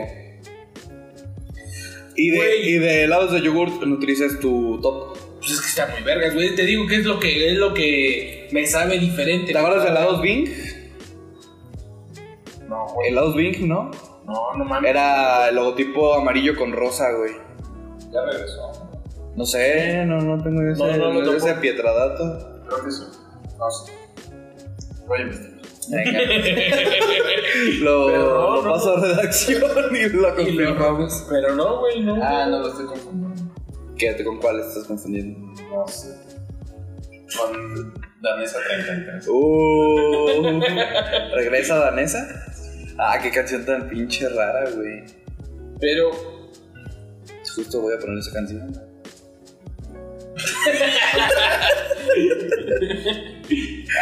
Speaker 2: Y de,
Speaker 3: Güey.
Speaker 2: y de helados de yogurt, Nutriza es tu top.
Speaker 3: Pues es que está muy vergas, güey. Te digo que es lo que es lo que me sabe diferente.
Speaker 2: ¿Te acuerdas de helados Bing?
Speaker 3: No, güey.
Speaker 2: Helados Bing, ¿no?
Speaker 3: No, no mames.
Speaker 2: Era el logotipo amarillo con rosa, güey.
Speaker 4: Ya regresó.
Speaker 2: No sé, no, no tengo idea.
Speaker 3: No, no, no,
Speaker 2: ese
Speaker 3: tampoco.
Speaker 2: pietradato.
Speaker 4: Creo que eso. No sé. pues, Voy a investigar.
Speaker 2: Lo,
Speaker 3: Pero no,
Speaker 2: lo
Speaker 3: no.
Speaker 2: paso a redacción y lo
Speaker 3: Y lo-
Speaker 2: confirmamos.
Speaker 3: Pero no, güey, no.
Speaker 4: Ah, no lo estoy confundiendo.
Speaker 2: Quédate con cuál estás confundiendo.
Speaker 4: No sé. Con Danesa 33.
Speaker 2: Uh, ¿Regresa danesa? Ah, qué canción tan pinche rara, güey.
Speaker 3: Pero
Speaker 2: Justo voy a poner esa canción.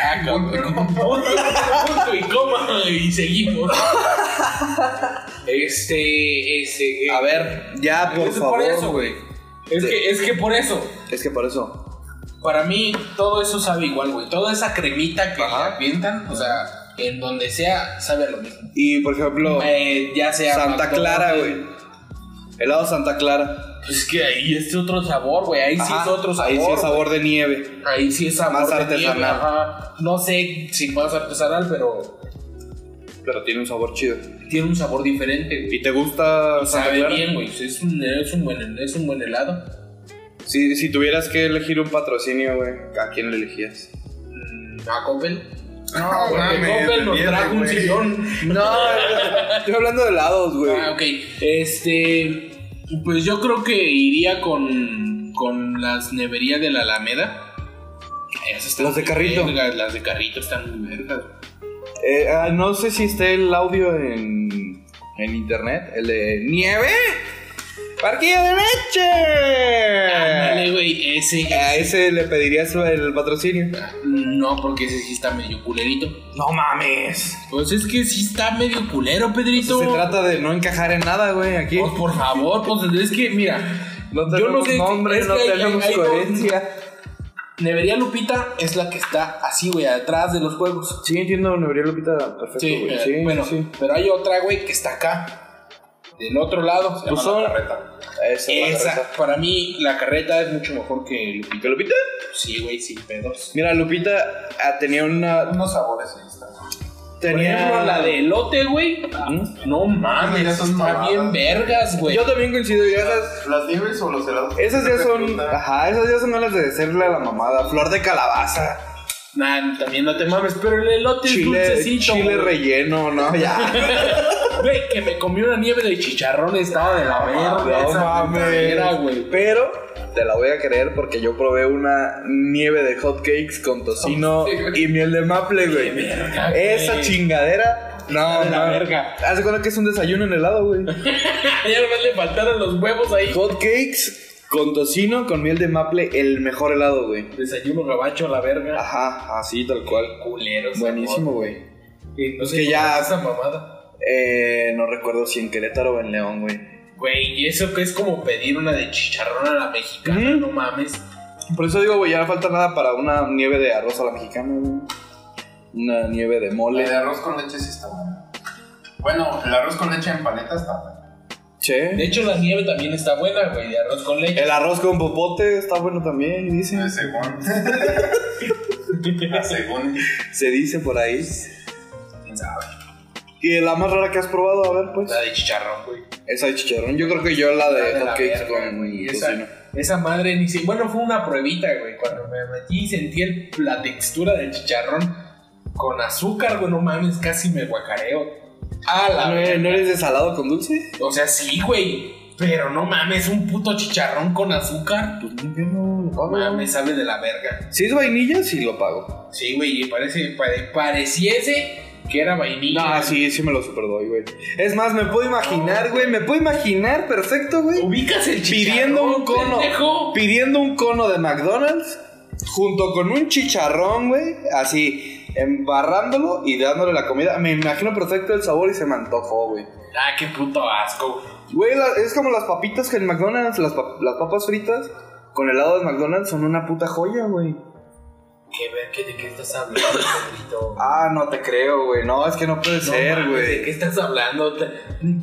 Speaker 3: Ah, cabrón. Punto y coma y seguimos. Este, este. eh,
Speaker 2: A ver, ya, por
Speaker 3: es
Speaker 2: favor.
Speaker 3: eso, güey. Es que, es que por eso.
Speaker 2: Es que por eso.
Speaker 3: Para mí, todo eso sabe igual, güey. Toda esa cremita que
Speaker 2: Ajá.
Speaker 3: le avientan, o sea, en donde sea, sabe a lo mismo.
Speaker 2: Y por ejemplo,
Speaker 3: Eh, ya sea.
Speaker 2: Santa
Speaker 3: McDonald's,
Speaker 2: Clara, güey. Helado Santa Clara.
Speaker 3: Pues que ahí es otro sabor, güey. Ahí sí
Speaker 2: Ajá,
Speaker 3: es otro sabor.
Speaker 2: Ahí sí es
Speaker 3: güey.
Speaker 2: sabor de nieve.
Speaker 3: Ahí sí es sabor.
Speaker 2: Más
Speaker 3: de
Speaker 2: artesanal.
Speaker 3: nieve, ajá. No sé si más artesanal, pero
Speaker 2: Pero tiene un sabor chido.
Speaker 3: tiene un sabor diferente, güey.
Speaker 2: ¿Y te gusta Santa
Speaker 3: Sabe
Speaker 2: Clara?
Speaker 3: bien, güey. Es un, es, un buen, es un buen helado.
Speaker 2: Si, si tuvieras que elegir un patrocinio, güey, ¿a quién le elegías?
Speaker 3: Mm, A Coppel.
Speaker 4: No,
Speaker 3: Porque
Speaker 4: mames,
Speaker 3: Coppel nos
Speaker 4: mierda,
Speaker 3: trajo un
Speaker 4: güey.
Speaker 3: sillón.
Speaker 2: No, estoy hablando de helados, güey.
Speaker 3: Ah, ok. Este. Pues yo creo que iría con. Con las neverías de la Alameda. Esas están
Speaker 2: Las de
Speaker 3: muy
Speaker 2: carrito.
Speaker 3: vergas, las de carrito están muy vergas.
Speaker 2: Eh, ah, no sé si está el audio en, en internet, el de nieve. Parquillo de
Speaker 3: Ándale,
Speaker 2: Eh. leche.
Speaker 3: güey. Ese.
Speaker 2: A ese le pedirías el patrocinio.
Speaker 3: No, porque ese sí está medio culerito.
Speaker 2: No mames.
Speaker 3: Pues es que sí está medio culero, Pedrito.
Speaker 2: Pues Se trata de no encajar en nada, güey, aquí.
Speaker 3: Pues, por favor, pues es que, mira.
Speaker 2: No
Speaker 3: yo
Speaker 2: tenemos
Speaker 3: no sé,
Speaker 2: nombre,
Speaker 3: es
Speaker 2: no
Speaker 3: que hay-
Speaker 2: tenemos
Speaker 3: hay- hay-
Speaker 2: coherencia.
Speaker 3: Nevería Lupita es la que está así, güey, atrás de los juegos.
Speaker 2: Sí, entiendo, Neuriel Lupita, perfecto,
Speaker 3: Sí,
Speaker 2: güey.
Speaker 3: eh,
Speaker 2: Sí,
Speaker 3: bueno,
Speaker 2: sí.
Speaker 3: pero hay otra, güey, que está acá. Del otro lado.
Speaker 2: Pues
Speaker 3: Se llama
Speaker 2: son-
Speaker 3: La Carreta.
Speaker 2: Esa. es la
Speaker 3: Esa,
Speaker 2: carreta.
Speaker 3: para mí, la carreta es mucho mejor que Lupita.
Speaker 2: ¿Que Lupita?
Speaker 3: Sí, güey, sin pedos.
Speaker 2: Mira, Lupita ah, tenía una.
Speaker 4: Unos sabores ahí están.
Speaker 2: Tenía
Speaker 3: Por ejemplo, la de elote, güey.
Speaker 2: ¿Mm?
Speaker 3: No mames,
Speaker 4: Ya son
Speaker 3: está
Speaker 4: mamadas.
Speaker 3: bien vergas, güey.
Speaker 2: Yo también coincido, yo esas.
Speaker 4: ¿Las nieves o los helados?
Speaker 2: Esas ya son.
Speaker 3: Ah.
Speaker 4: Fruta.
Speaker 2: Ajá, esas ya son las de hacerle a la mamada. Flor de calabaza,
Speaker 3: Nah, también no te mames, pero el elote es
Speaker 2: chile,
Speaker 3: dulcecito.
Speaker 2: chile
Speaker 3: güey.
Speaker 2: relleno, ¿no? Ya.
Speaker 3: Güey, que me comí una nieve de chicharrón, estaba de la verga.
Speaker 2: Ah, No
Speaker 3: esa putadera,
Speaker 2: mames.
Speaker 3: güey.
Speaker 2: Pero te la voy a creer porque yo probé una nieve de hot cakes con tocino
Speaker 3: Sí, güey.
Speaker 2: y miel de maple, güey.
Speaker 3: verga, güey.
Speaker 2: Esa chingadera. No,
Speaker 3: de la
Speaker 2: no.
Speaker 3: verga.
Speaker 2: Haz de cuenta que es un desayuno en helado, güey.
Speaker 3: Ya nomás le faltaron los huevos ahí.
Speaker 2: Hot cakes con tocino, con miel de maple, el mejor helado, güey.
Speaker 3: Desayuno gabacho a la verga.
Speaker 2: Ajá, así tal cual.
Speaker 3: Ah, Culero, ese
Speaker 2: Buenísimo, güey.
Speaker 3: amor. Y no
Speaker 2: Es
Speaker 3: sé
Speaker 2: que
Speaker 3: cómo
Speaker 2: ya-
Speaker 3: es esa mamada.
Speaker 2: Eh, no recuerdo si en Querétaro o en León, güey.
Speaker 3: Güey, y eso que es como pedir una de chicharrón a la mexicana,
Speaker 2: Ujú.
Speaker 3: no mames.
Speaker 2: Por eso digo, güey, ya no falta nada para una nieve de arroz a la mexicana, güey. Una nieve de
Speaker 4: La de
Speaker 2: mole.
Speaker 4: arroz con leche sí está buena. Bueno, el arroz con leche en paleta está buena.
Speaker 3: De
Speaker 2: Che.
Speaker 3: hecho, la nieve también está buena, güey, de arroz con leche.
Speaker 2: El arroz con popote está bueno también, dicen.
Speaker 4: Según. Ah, Según.
Speaker 2: Se dice por ahí.
Speaker 3: ¿Quién sabe?
Speaker 2: Y la más rara que has probado, a ver, pues.
Speaker 3: La de chicharrón, güey.
Speaker 2: Esa de chicharrón. Yo creo que yo la de
Speaker 3: de
Speaker 2: hot
Speaker 3: la
Speaker 2: cakes
Speaker 3: verga,
Speaker 2: con
Speaker 3: güey,
Speaker 2: tocino.
Speaker 3: Esa, esa madre ni si... Bueno, fue una pruebita, güey. Cuando me metí y sentí el- la textura del chicharrón con azúcar, güey. No mames, casi me guacareo. A la
Speaker 2: ¿No
Speaker 3: verga.
Speaker 2: eres, ¿No eres de salado con dulce?
Speaker 3: O sea, sí, güey. Pero no mames, un puto chicharrón con azúcar.
Speaker 2: Pues no, yo no lo
Speaker 3: No
Speaker 2: pago.
Speaker 3: mames, sabe de la verga.
Speaker 2: Si es vainilla, sí lo pago.
Speaker 3: Sí, güey, y parece, pare- pareciese que era vainilla.
Speaker 2: No, sí, sí me lo superdoy, güey. Es más, me puedo imaginar, güey. Me puedo imaginar perfecto, güey.
Speaker 3: Ubicas el chicharrón,
Speaker 2: Pidiendo un cono.
Speaker 3: pendejo?
Speaker 2: Pidiendo un cono de McDonald's junto con un chicharrón, güey. Así, embarrándolo y dándole la comida. Me imagino perfecto el sabor y se me antojó, güey.
Speaker 3: Ah, qué puto asco.
Speaker 2: Güey, la- es como las papitas que en McDonald's, las, pa- las papas fritas con helado de McDonald's son una puta joya, güey.
Speaker 3: ¿Qué, ver- qué, ¿De qué estás hablando, Pedrito?
Speaker 2: Ah, no te creo, güey. No, es que no puede
Speaker 3: No
Speaker 2: ser,
Speaker 3: mames, ¿De qué
Speaker 2: güey.
Speaker 3: estás hablando? Te-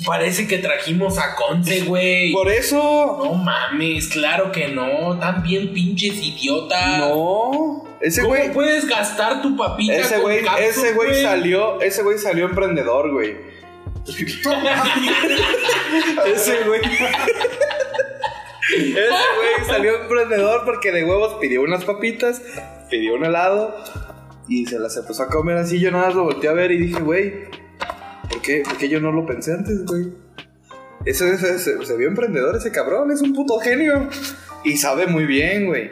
Speaker 3: Parece que trajimos a Conce, güey.
Speaker 2: Por eso...
Speaker 3: No mames, claro que no. También pinches idiotas.
Speaker 2: No. Ese
Speaker 3: ¿Cómo
Speaker 2: güey...
Speaker 3: puedes gastar tu papita
Speaker 2: Ese
Speaker 3: con
Speaker 2: güey,
Speaker 3: capsu,
Speaker 2: ese güey salió, ese güey salió emprendedor, güey. ese güey. ese güey salió emprendedor porque de huevos pidió unas papitas, pidió un helado y se las empezó a comer así. Yo nada más lo volteé a ver y dije, güey, ¿por qué, por qué yo no lo pensé antes, güey? Ese, ese- se- se vio emprendedor ese cabrón, es un puto genio. Y sabe muy bien, güey.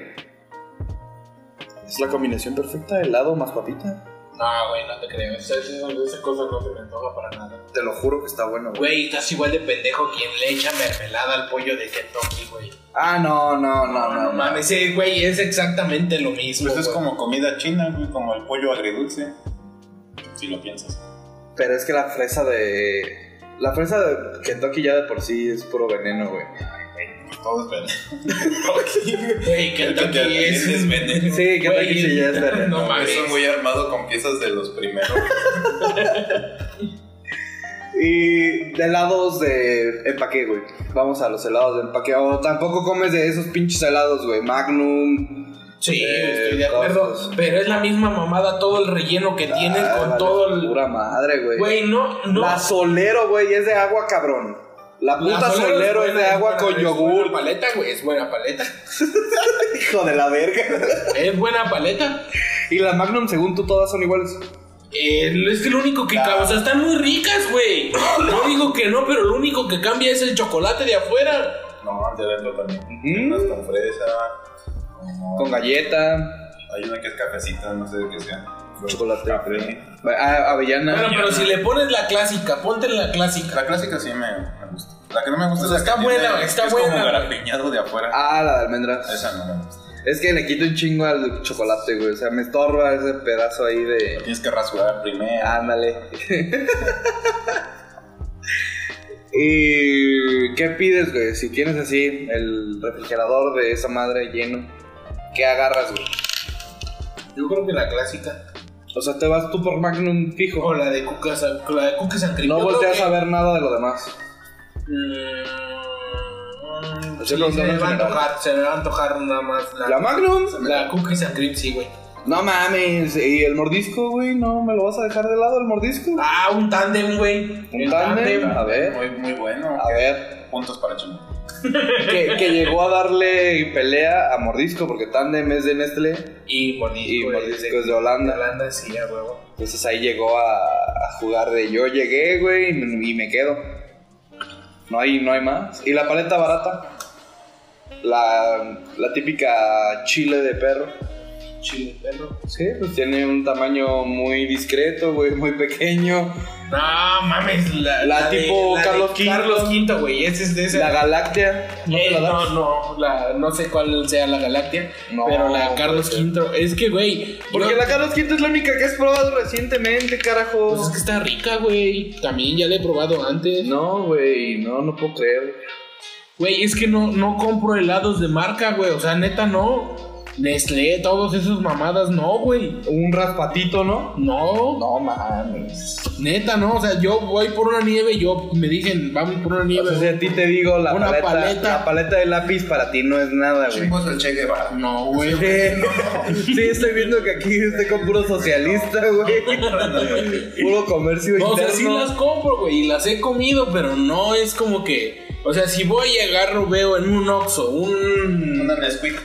Speaker 2: Es la combinación perfecta de helado más papita.
Speaker 3: No, güey, no te creo. Esa, esa, esa cosa no se me antoja para nada.
Speaker 2: Te lo juro que está bueno, güey.
Speaker 3: Güey, estás igual de pendejo quien le echa mermelada al pollo de Kentucky, güey.
Speaker 2: Ah, no, no, no, no, no.
Speaker 3: mames, sí, güey, es exactamente lo mismo.
Speaker 4: Pues es
Speaker 3: güey.
Speaker 4: como comida china, güey, como el pollo agridulce. Si lo piensas.
Speaker 2: Pero es que la fresa de. La fresa de Kentucky ya de por sí es puro veneno, güey.
Speaker 4: Todo es veneno.
Speaker 3: Güey, Kentucky es,
Speaker 4: es veneno.
Speaker 2: Sí, Kentucky
Speaker 3: Güey,
Speaker 2: sí ya es veneno.
Speaker 3: No mames.
Speaker 4: Eso muy armado con piezas de los primeros.
Speaker 2: Y de helados de empaque, güey. Vamos a los helados de empaque. O tampoco comes de esos pinches helados, güey. Magnum.
Speaker 3: Sí,
Speaker 2: Eh,
Speaker 3: estoy de acuerdo.
Speaker 2: cosas.
Speaker 3: Pero es la misma mamada todo el relleno que tienen
Speaker 2: Ah,
Speaker 3: con
Speaker 2: vale,
Speaker 3: todo el.
Speaker 2: Pura madre, güey.
Speaker 3: Güey, no, no.
Speaker 2: La solero, güey, es de agua, cabrón. La
Speaker 3: La
Speaker 2: puta solero es
Speaker 3: buena,
Speaker 2: de agua
Speaker 3: buena,
Speaker 2: con
Speaker 3: es
Speaker 2: yogur.
Speaker 3: buena paleta, güey, es buena paleta.
Speaker 2: Hijo de la verga.
Speaker 3: Es buena paleta.
Speaker 2: Y la Magnum, según tú, todas son iguales.
Speaker 3: Eh, es que lo único que cambia, o sea, están muy ricas, güey. No digo que no, pero lo único que cambia es el chocolate de afuera.
Speaker 4: No, de dentro también.
Speaker 2: Ujú.
Speaker 4: Unas con fresa. como-
Speaker 2: Con galleta,
Speaker 4: Hay una que es cafecita, no sé de qué sea.
Speaker 2: Chocolate.
Speaker 4: Café.
Speaker 2: a- avellana.
Speaker 3: Bueno, pero si le pones la clásica, ponte la clásica.
Speaker 4: La clásica sí me, me gusta. La que no me gusta
Speaker 3: O sea,
Speaker 4: es la
Speaker 3: está
Speaker 4: que
Speaker 3: buena,
Speaker 4: tiene-
Speaker 3: está
Speaker 4: que Es
Speaker 3: buena,
Speaker 4: como
Speaker 3: güey.
Speaker 4: garapiñado de afuera.
Speaker 2: Ah, la de almendras.
Speaker 4: Esa no me gusta.
Speaker 2: Es que le quito un chingo al chocolate, güey. O sea, me estorba ese pedazo ahí
Speaker 4: Lo
Speaker 2: de.
Speaker 4: tienes que rasurar primero.
Speaker 2: Ándale. ¿Y qué pides, güey? Si tienes así el refrigerador de esa madre lleno, ¿qué agarras, güey?
Speaker 3: Yo creo que la clásica.
Speaker 2: O sea, te vas tú por Magnum fijo.
Speaker 3: O la de cuca, san- la de cuca san
Speaker 2: No volteas a ver nada de lo demás.
Speaker 3: Mm,
Speaker 2: Estoy
Speaker 3: sí,
Speaker 2: preguntando
Speaker 3: se me
Speaker 2: en
Speaker 3: va a
Speaker 2: general.
Speaker 3: antojar, se me va a antojar nada más la,
Speaker 2: ¿La Magnum?
Speaker 3: la cookies and cream, sí, güey.
Speaker 2: No mames. ¿Y el mordisco, güey? ¿No me lo vas a dejar de lado el mordisco?
Speaker 3: Ah, un tándem, güey. El
Speaker 2: tándem,
Speaker 3: tándem.
Speaker 2: a ver.
Speaker 4: Muy, muy bueno.
Speaker 2: A ver.
Speaker 4: Puntos para Chino.
Speaker 2: que, que llegó a darle pelea a Mordisco porque Tandem es de Nestlé.
Speaker 3: Y mordisco,
Speaker 2: Y
Speaker 3: güey,
Speaker 2: mordisco es de Holanda.
Speaker 3: Holanda, sí, a huevo.
Speaker 2: Entonces ahí llegó a, a jugar de yo llegué, güey, y me- y me quedo. No hay, no hay más. Y la paleta barata. La, la típica chile de perro.
Speaker 3: Chile, perro.
Speaker 2: Sí, pues tiene un tamaño muy discreto, güey, muy pequeño.
Speaker 3: No mames, la,
Speaker 2: La
Speaker 3: de-
Speaker 2: tipo
Speaker 3: de
Speaker 2: Carlos V.
Speaker 3: Carlos V, güey. Ese es de ese.
Speaker 2: La Galáctea. ¿no te
Speaker 3: Eh,
Speaker 2: la das?
Speaker 3: no, no, la- no sé cuál sea la Galaxia,
Speaker 2: No,
Speaker 3: pero la
Speaker 2: puede
Speaker 3: Carlos
Speaker 2: ser.
Speaker 3: V. Es que, güey,
Speaker 2: Porque
Speaker 3: yo-
Speaker 2: la Carlos V es la única que has probado recientemente, carajo.
Speaker 3: pues es que está rica, güey. También ya la he probado antes.
Speaker 2: No, güey, no, no puedo creer.
Speaker 3: Güey, es que no, no compro helados de marca, güey. O sea, neta, no. Nestlé, todos esos mamadas, no, güey.
Speaker 2: Un raspatito, ¿no?
Speaker 3: No,
Speaker 2: No mames.
Speaker 3: neta, no. O sea, yo voy por una nieve, yo me dicen, vamos por una nieve.
Speaker 2: O sea, si a ti te digo la
Speaker 3: Una
Speaker 2: paleta,
Speaker 3: paleta.
Speaker 2: la paleta de lápiz para ti no es nada, güey.
Speaker 4: Chimbo es el Che Guevara.
Speaker 3: No, güey.
Speaker 2: Sí, estoy viendo que aquí estoy con puro socialista, güey. Puro comercio
Speaker 3: No, o sea, sí
Speaker 2: interno.
Speaker 3: las compro, güey, y las he comido, pero no es como que. O sea, si voy y agarro, veo en un Oxxo, un.
Speaker 4: Una Nesquik.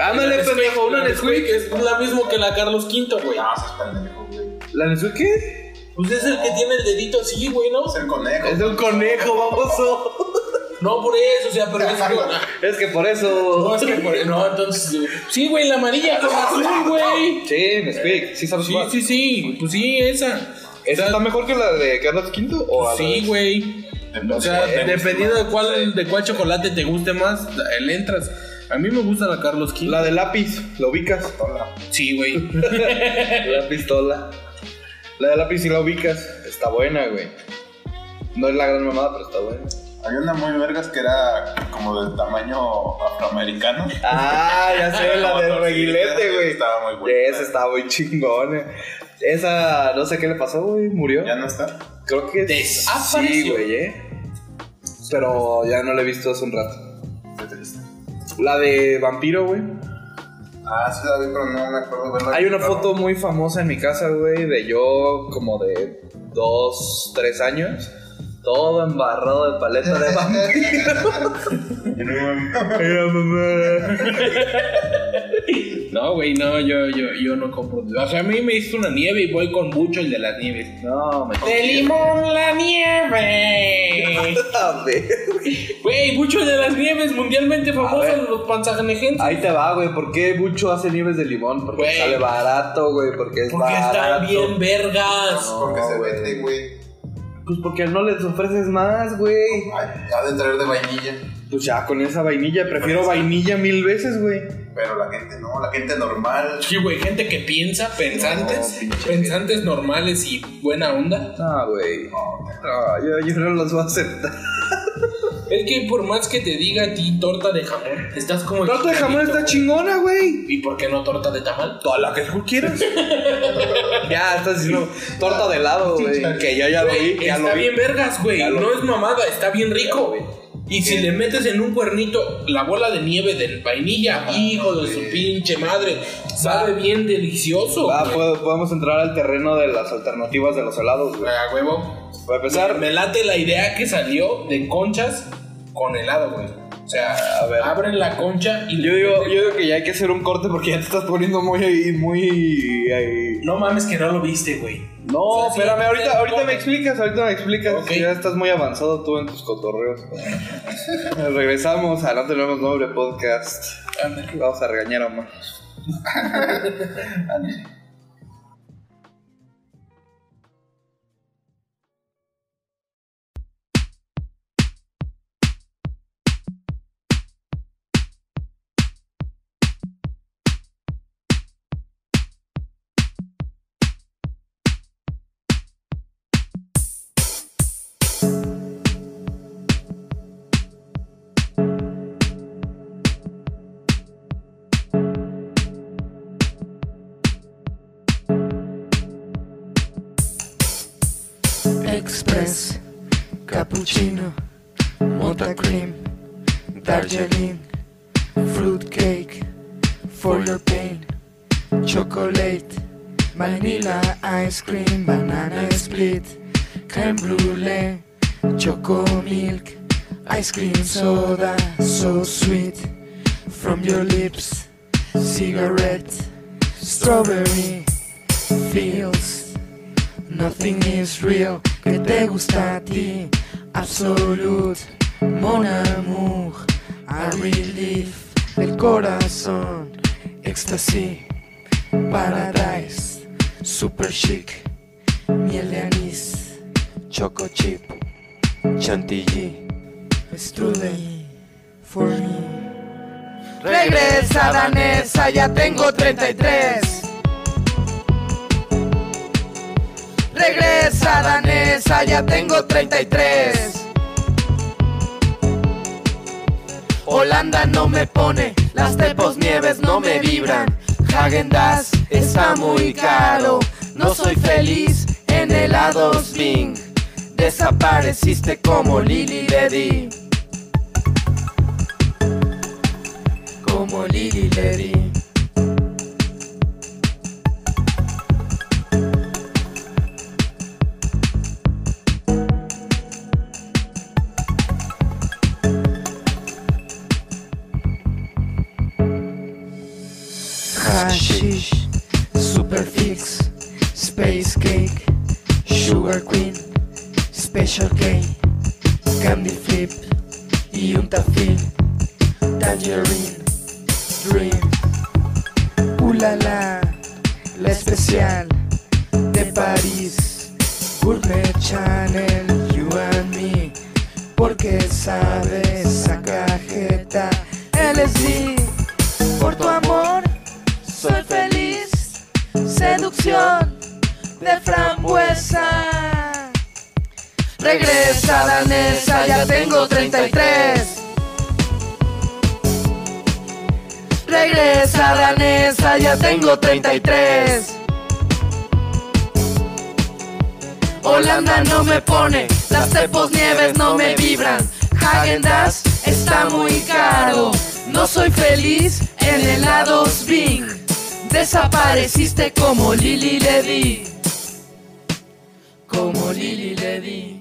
Speaker 2: Ándale,
Speaker 3: Nesquik,
Speaker 2: pendejo, una
Speaker 3: la
Speaker 2: Nesquik. Ah.
Speaker 3: Es la misma que la Carlos V, güey.
Speaker 4: No, ese Ah, es pendejo, güey.
Speaker 2: ¿La Nesquik qué?
Speaker 3: Pues es el que tiene el dedito así, güey, ¿no?
Speaker 4: Es el conejo.
Speaker 2: Es de un conejo, baboso.
Speaker 3: No por eso, o sea, pero es que. ah,
Speaker 2: Es que por
Speaker 3: No,
Speaker 2: eso.
Speaker 3: es que por- no, entonces. eh, Sí, güey, la amarilla con azul, güey.
Speaker 2: Sí, Nesquik, sí sabes
Speaker 3: Sí,
Speaker 2: cuál.
Speaker 3: sí, sí. Pues sí, esa.
Speaker 2: ¿Esa está mejor que la de Carlos V o a la
Speaker 3: Sí,
Speaker 2: vez?
Speaker 3: güey.
Speaker 4: Depende
Speaker 3: O sea,
Speaker 4: de cuál te
Speaker 3: dependiendo
Speaker 4: guste
Speaker 3: de cuál, de cuál chocolate te guste más, él entras. A mí me gusta la Carlos V.
Speaker 2: La de lápiz, ¿lo ubicas?
Speaker 4: más. Hola.
Speaker 3: Sí, güey.
Speaker 2: La pistola. La de lápiz si la ubicas. Está buena, güey. No es la gran mamada, pero está buena.
Speaker 4: Había una muy vergas que era como del tamaño afroamericano.
Speaker 2: Ah, ya sé, la
Speaker 4: Como
Speaker 2: del
Speaker 4: tortillita,
Speaker 2: reguilete, güey.
Speaker 4: Estaba muy buena.
Speaker 2: Esa está muy chingona. Esa, no sé qué le pasó, güey. Murió.
Speaker 4: ¿Ya no está?
Speaker 2: Creo que es-
Speaker 3: Desapareció.
Speaker 2: Sí, güey, eh. Pero ya no la he visto hace un rato.
Speaker 4: Qué triste.
Speaker 2: La de vampiro, güey.
Speaker 4: Ah, sí la vi, pero no me acuerdo verla.
Speaker 2: Hay una
Speaker 4: Claro.
Speaker 2: foto muy famosa en mi casa, güey, de yo como de dos, tres años. Todo embarrado de paleta de vampiro.
Speaker 4: En un-
Speaker 2: Era mamá.
Speaker 3: No, güey, no, yo, yo, yo no compro. O sea, a mí me hizo una nieve y voy con mucho el de las nieves. No, me ¡De limón la nieve!
Speaker 2: A ver.
Speaker 3: Güey, mucho de las nieves mundialmente famoso
Speaker 2: ver. Ah,
Speaker 3: en los panzanejenses.
Speaker 2: Ahí te va, güey. ¿Por qué Bucho hace nieves de limón? Porque
Speaker 3: Güey.
Speaker 2: sale barato, güey. Porque es
Speaker 3: Porque
Speaker 2: barato.
Speaker 3: están bien vergas.
Speaker 5: Porque
Speaker 2: No,
Speaker 5: se
Speaker 2: güey.
Speaker 5: vende, güey.
Speaker 2: Pues porque no les ofreces más, güey.
Speaker 5: Ay, Ha de traer de vainilla.
Speaker 2: Pues ya con esa vainilla. Prefiero vainilla mil veces, güey.
Speaker 5: Pero la gente no, la gente normal.
Speaker 3: Sí, güey, gente que piensa, pensantes,
Speaker 5: No, pinche
Speaker 3: pensantes normales y buena onda.
Speaker 2: Ah, güey. No, yo, yo no los voy a aceptar.
Speaker 3: Es que por más que te diga a ti torta de jamón, estás como.
Speaker 2: Torta de jamón está
Speaker 3: chido
Speaker 2: chingona, güey.
Speaker 3: ¿Y por qué no torta de tamal?
Speaker 2: Toda la que tú quieras. ya, estás diciendo torta de helado, güey. Que yo ya lo vi,
Speaker 3: Güey,
Speaker 2: ya
Speaker 3: está
Speaker 2: lo vi.
Speaker 3: bien vergas, güey.
Speaker 2: Ya lo
Speaker 3: No
Speaker 2: vi.
Speaker 3: es mamada, está bien rico.
Speaker 2: Ya lo
Speaker 3: Y si le metes en un cuernito la bola de nieve del vainilla,
Speaker 2: Ah,
Speaker 3: hijo de su pinche madre, sabe bien delicioso.
Speaker 2: Va,
Speaker 3: güey.
Speaker 2: Ah, puedo- podemos entrar al terreno de las alternativas de los helados, güey.
Speaker 3: A huevo.
Speaker 2: Para empezar,
Speaker 3: Me late la idea que salió de conchas con helado, güey. O sea,
Speaker 2: A ver.
Speaker 3: abren la concha y
Speaker 2: yo
Speaker 3: le
Speaker 2: digo,
Speaker 3: meten-
Speaker 2: yo digo que ya hay que hacer un corte porque ya te estás poniendo muy, muy. ahí.
Speaker 3: No mames que no lo viste, güey.
Speaker 2: No,
Speaker 3: O sea, sí,
Speaker 2: espérame, ahorita,
Speaker 3: sí,
Speaker 2: ahorita
Speaker 3: corte.
Speaker 2: me explicas, ahorita me explicas.
Speaker 3: Ok.
Speaker 2: Ya estás muy avanzado tú en tus cotorreos. Regresamos a No Tenemos Nombre Podcast.
Speaker 3: Ándale.
Speaker 2: Vamos a regañar a Omar.
Speaker 6: Express, cappuccino, mocha cream, Darjeeling, fruitcake, for your pain, chocolate, vanilla ice cream, banana split, creme brulee, choco milk, ice cream soda, so sweet, from your lips, cigarette, strawberry, feels. Nothing is real, que te gusta a ti, absolute, mon amour, a relief, del corazón, ecstasy, paradise, super chic, miel de anís, choco chip, chantilly, strudel, for me. Regresa danesa, ya tengo 33. Regresa danesa, ya tengo 33. Holanda no me pone, las tepos nieves no me vibran. Häagen-Dazs está muy caro, no soy feliz en helados Bing. Desapareciste como Lily Lady. Como Lily Lady. Hashish, Superfix, Space Cake, Sugar Queen, Special K, Candy Flip y un tafil, Tangerine, Dream, Ulala, La Especial, de París, Gourmet Channel, You and Me, porque sabes esa cajeta, LSD, por tu amor soy feliz. Seducción de frambuesa. Regresa danesa, ya tengo 33. Regresa danesa, ya tengo 33. Holanda no me pone, las tepos nieves no me vibran. Häagen-Dazs está muy caro, no soy feliz en helados Bing. Desapareciste como Lily Levy, como Lily Levy.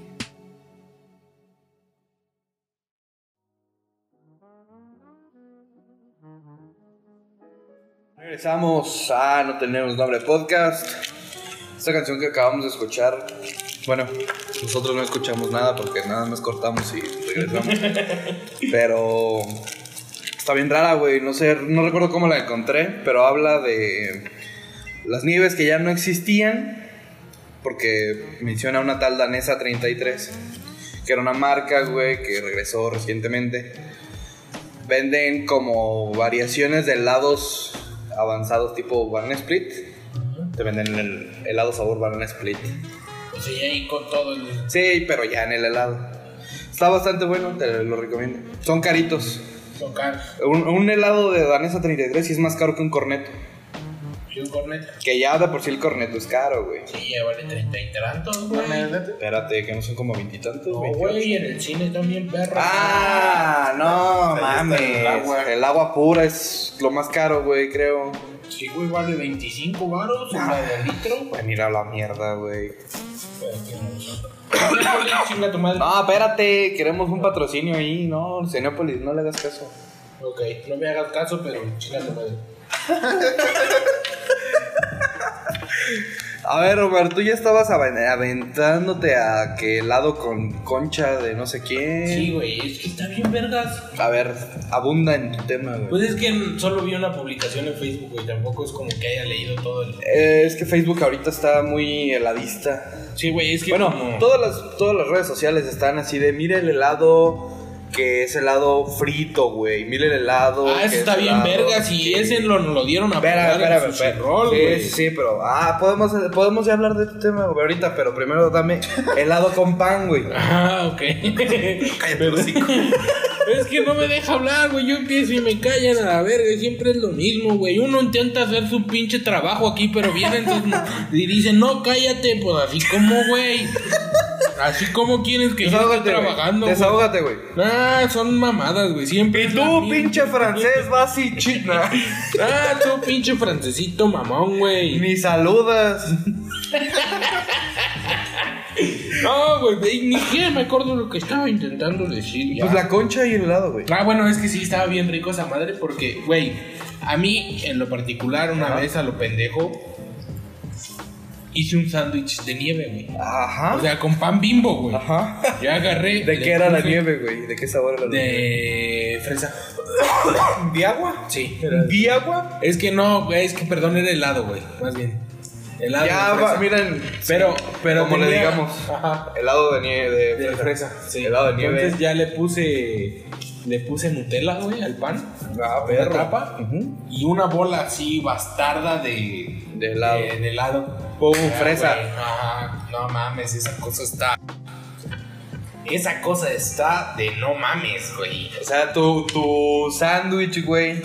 Speaker 2: regresamos a No Tenemos Nombre Podcast. Esta canción que acabamos de escuchar, bueno, nosotros no escuchamos nada porque nada más cortamos y regresamos. pero está bien rara, güey. No sé, no recuerdo cómo la encontré, pero habla de las nieves que ya no existían porque menciona una tal danesa 33 que era una marca, güey, que regresó recientemente. Venden como variaciones de helados avanzados tipo banana split. Te venden el helado sabor banana split.
Speaker 3: O sea, y ahí con todo el.
Speaker 2: Sí, pero ya en el helado. Está bastante bueno, te lo recomiendo. Son caritos.
Speaker 3: tocar.
Speaker 2: Un, un helado de Danesa 33 sí es más caro que un corneto.
Speaker 3: Y un corneta.
Speaker 2: Que ya de por sí el corneto es caro, güey.
Speaker 3: Sí, ya vale treinta y tantos, güey.
Speaker 2: Espérate, que no son como veintitantos.
Speaker 3: No,
Speaker 2: 28.
Speaker 3: güey, en el cine también, perro.
Speaker 2: Ah, no
Speaker 4: Ahí
Speaker 2: mames.
Speaker 4: está el agua.
Speaker 2: El agua pura es lo más caro, güey, creo.
Speaker 3: Sí, güey, vale 25 baros,
Speaker 2: Ah.
Speaker 3: la de litro.
Speaker 2: Van a ir a la mierda, güey.
Speaker 3: Chinga tu madre.
Speaker 2: No, espérate, queremos un patrocinio ahí, no, Cinépolis, no le das caso.
Speaker 3: Ok, no me hagas caso, pero chinga tu madre.
Speaker 2: A ver, Omar, tú ya estabas aven- aventándote a que helado con concha de no sé quién.
Speaker 3: Sí, güey, es que está bien vergas.
Speaker 2: A ver, abunda en tu tema, güey.
Speaker 3: Pues es que solo vi una publicación en Facebook, güey, tampoco es como que haya leído todo el...
Speaker 2: Eh, es que Facebook ahorita está muy heladista.
Speaker 3: Sí, güey, es que
Speaker 2: Bueno,
Speaker 3: como-
Speaker 2: todas las, todas las redes sociales están así de, mira el helado que es helado frito, güey. Mira el helado.
Speaker 3: Ah, eso
Speaker 2: que
Speaker 3: está
Speaker 2: es
Speaker 3: bien
Speaker 2: helado
Speaker 3: vergas y
Speaker 2: que-
Speaker 3: ese lo, nos lo dieron a
Speaker 2: Espera,
Speaker 3: probar en
Speaker 2: espera, espera.
Speaker 3: Sushi Roll, güey.
Speaker 2: Sí, sí, sí, pero. Ah, podemos, podemos ya hablar de este tema güey, ahorita, pero primero dame helado con pan, güey.
Speaker 3: Ah, ok. Pero- es que no me deja hablar, güey. Yo empiezo y me callan a la verga. Siempre es lo mismo, güey. Uno intenta hacer su pinche trabajo aquí, pero vienen sus- y dicen, no, cállate. Pues así como, güey. Así como quieres que yo esté
Speaker 2: Desahógate, güey.
Speaker 3: trabajando. güey.
Speaker 2: Desahógate, güey.
Speaker 3: Ah, son mamadas, güey. Siempre. es la
Speaker 2: Tú,
Speaker 3: misma.
Speaker 2: pinche francés, vas y china.
Speaker 3: Ah, tú, pinche francesito mamón, güey.
Speaker 2: Ni saludas.
Speaker 3: No, güey. güey, Ni siquiera me acuerdo lo que estaba intentando decir. ya.
Speaker 2: Pues la concha y el helado, güey.
Speaker 3: Ah, bueno, es que sí, estaba bien rico esa madre porque, güey, a mí en lo particular una vez a lo pendejo hice un sándwich de nieve, güey. O
Speaker 2: Ajá.
Speaker 3: sea, con pan bimbo, güey.
Speaker 2: Ajá.
Speaker 3: Yo agarré...
Speaker 2: ¿De
Speaker 3: le
Speaker 2: qué era la
Speaker 3: puse
Speaker 2: nieve, güey? ¿De qué sabor era la nieve?
Speaker 3: De fresa.
Speaker 2: ¿De agua?
Speaker 3: Sí.
Speaker 2: ¿De agua?
Speaker 3: Es que no, güey, es que perdón, era helado, güey. Más bien. Helado.
Speaker 2: Ya,
Speaker 3: de fresa.
Speaker 2: va, miren.
Speaker 3: Pero, pero...
Speaker 2: Como le
Speaker 3: tenía-
Speaker 2: digamos.
Speaker 3: Ajá.
Speaker 2: Helado de nieve. De,
Speaker 3: De fresa. Sí.
Speaker 2: Helado de nieve.
Speaker 3: Entonces ya le puse... Le puse Nutella, güey, al pan.
Speaker 2: Ah,
Speaker 3: Una
Speaker 2: perro.
Speaker 3: tapa.
Speaker 2: Ujú.
Speaker 3: y una bola así bastarda de,
Speaker 2: De helado.
Speaker 3: de- de helado.
Speaker 2: Pum,
Speaker 3: Ah,
Speaker 2: fresa.
Speaker 3: güey, ajá, no mames, esa cosa está. Esa cosa está de no mames, güey.
Speaker 2: O sea, tu, tu sándwich, güey,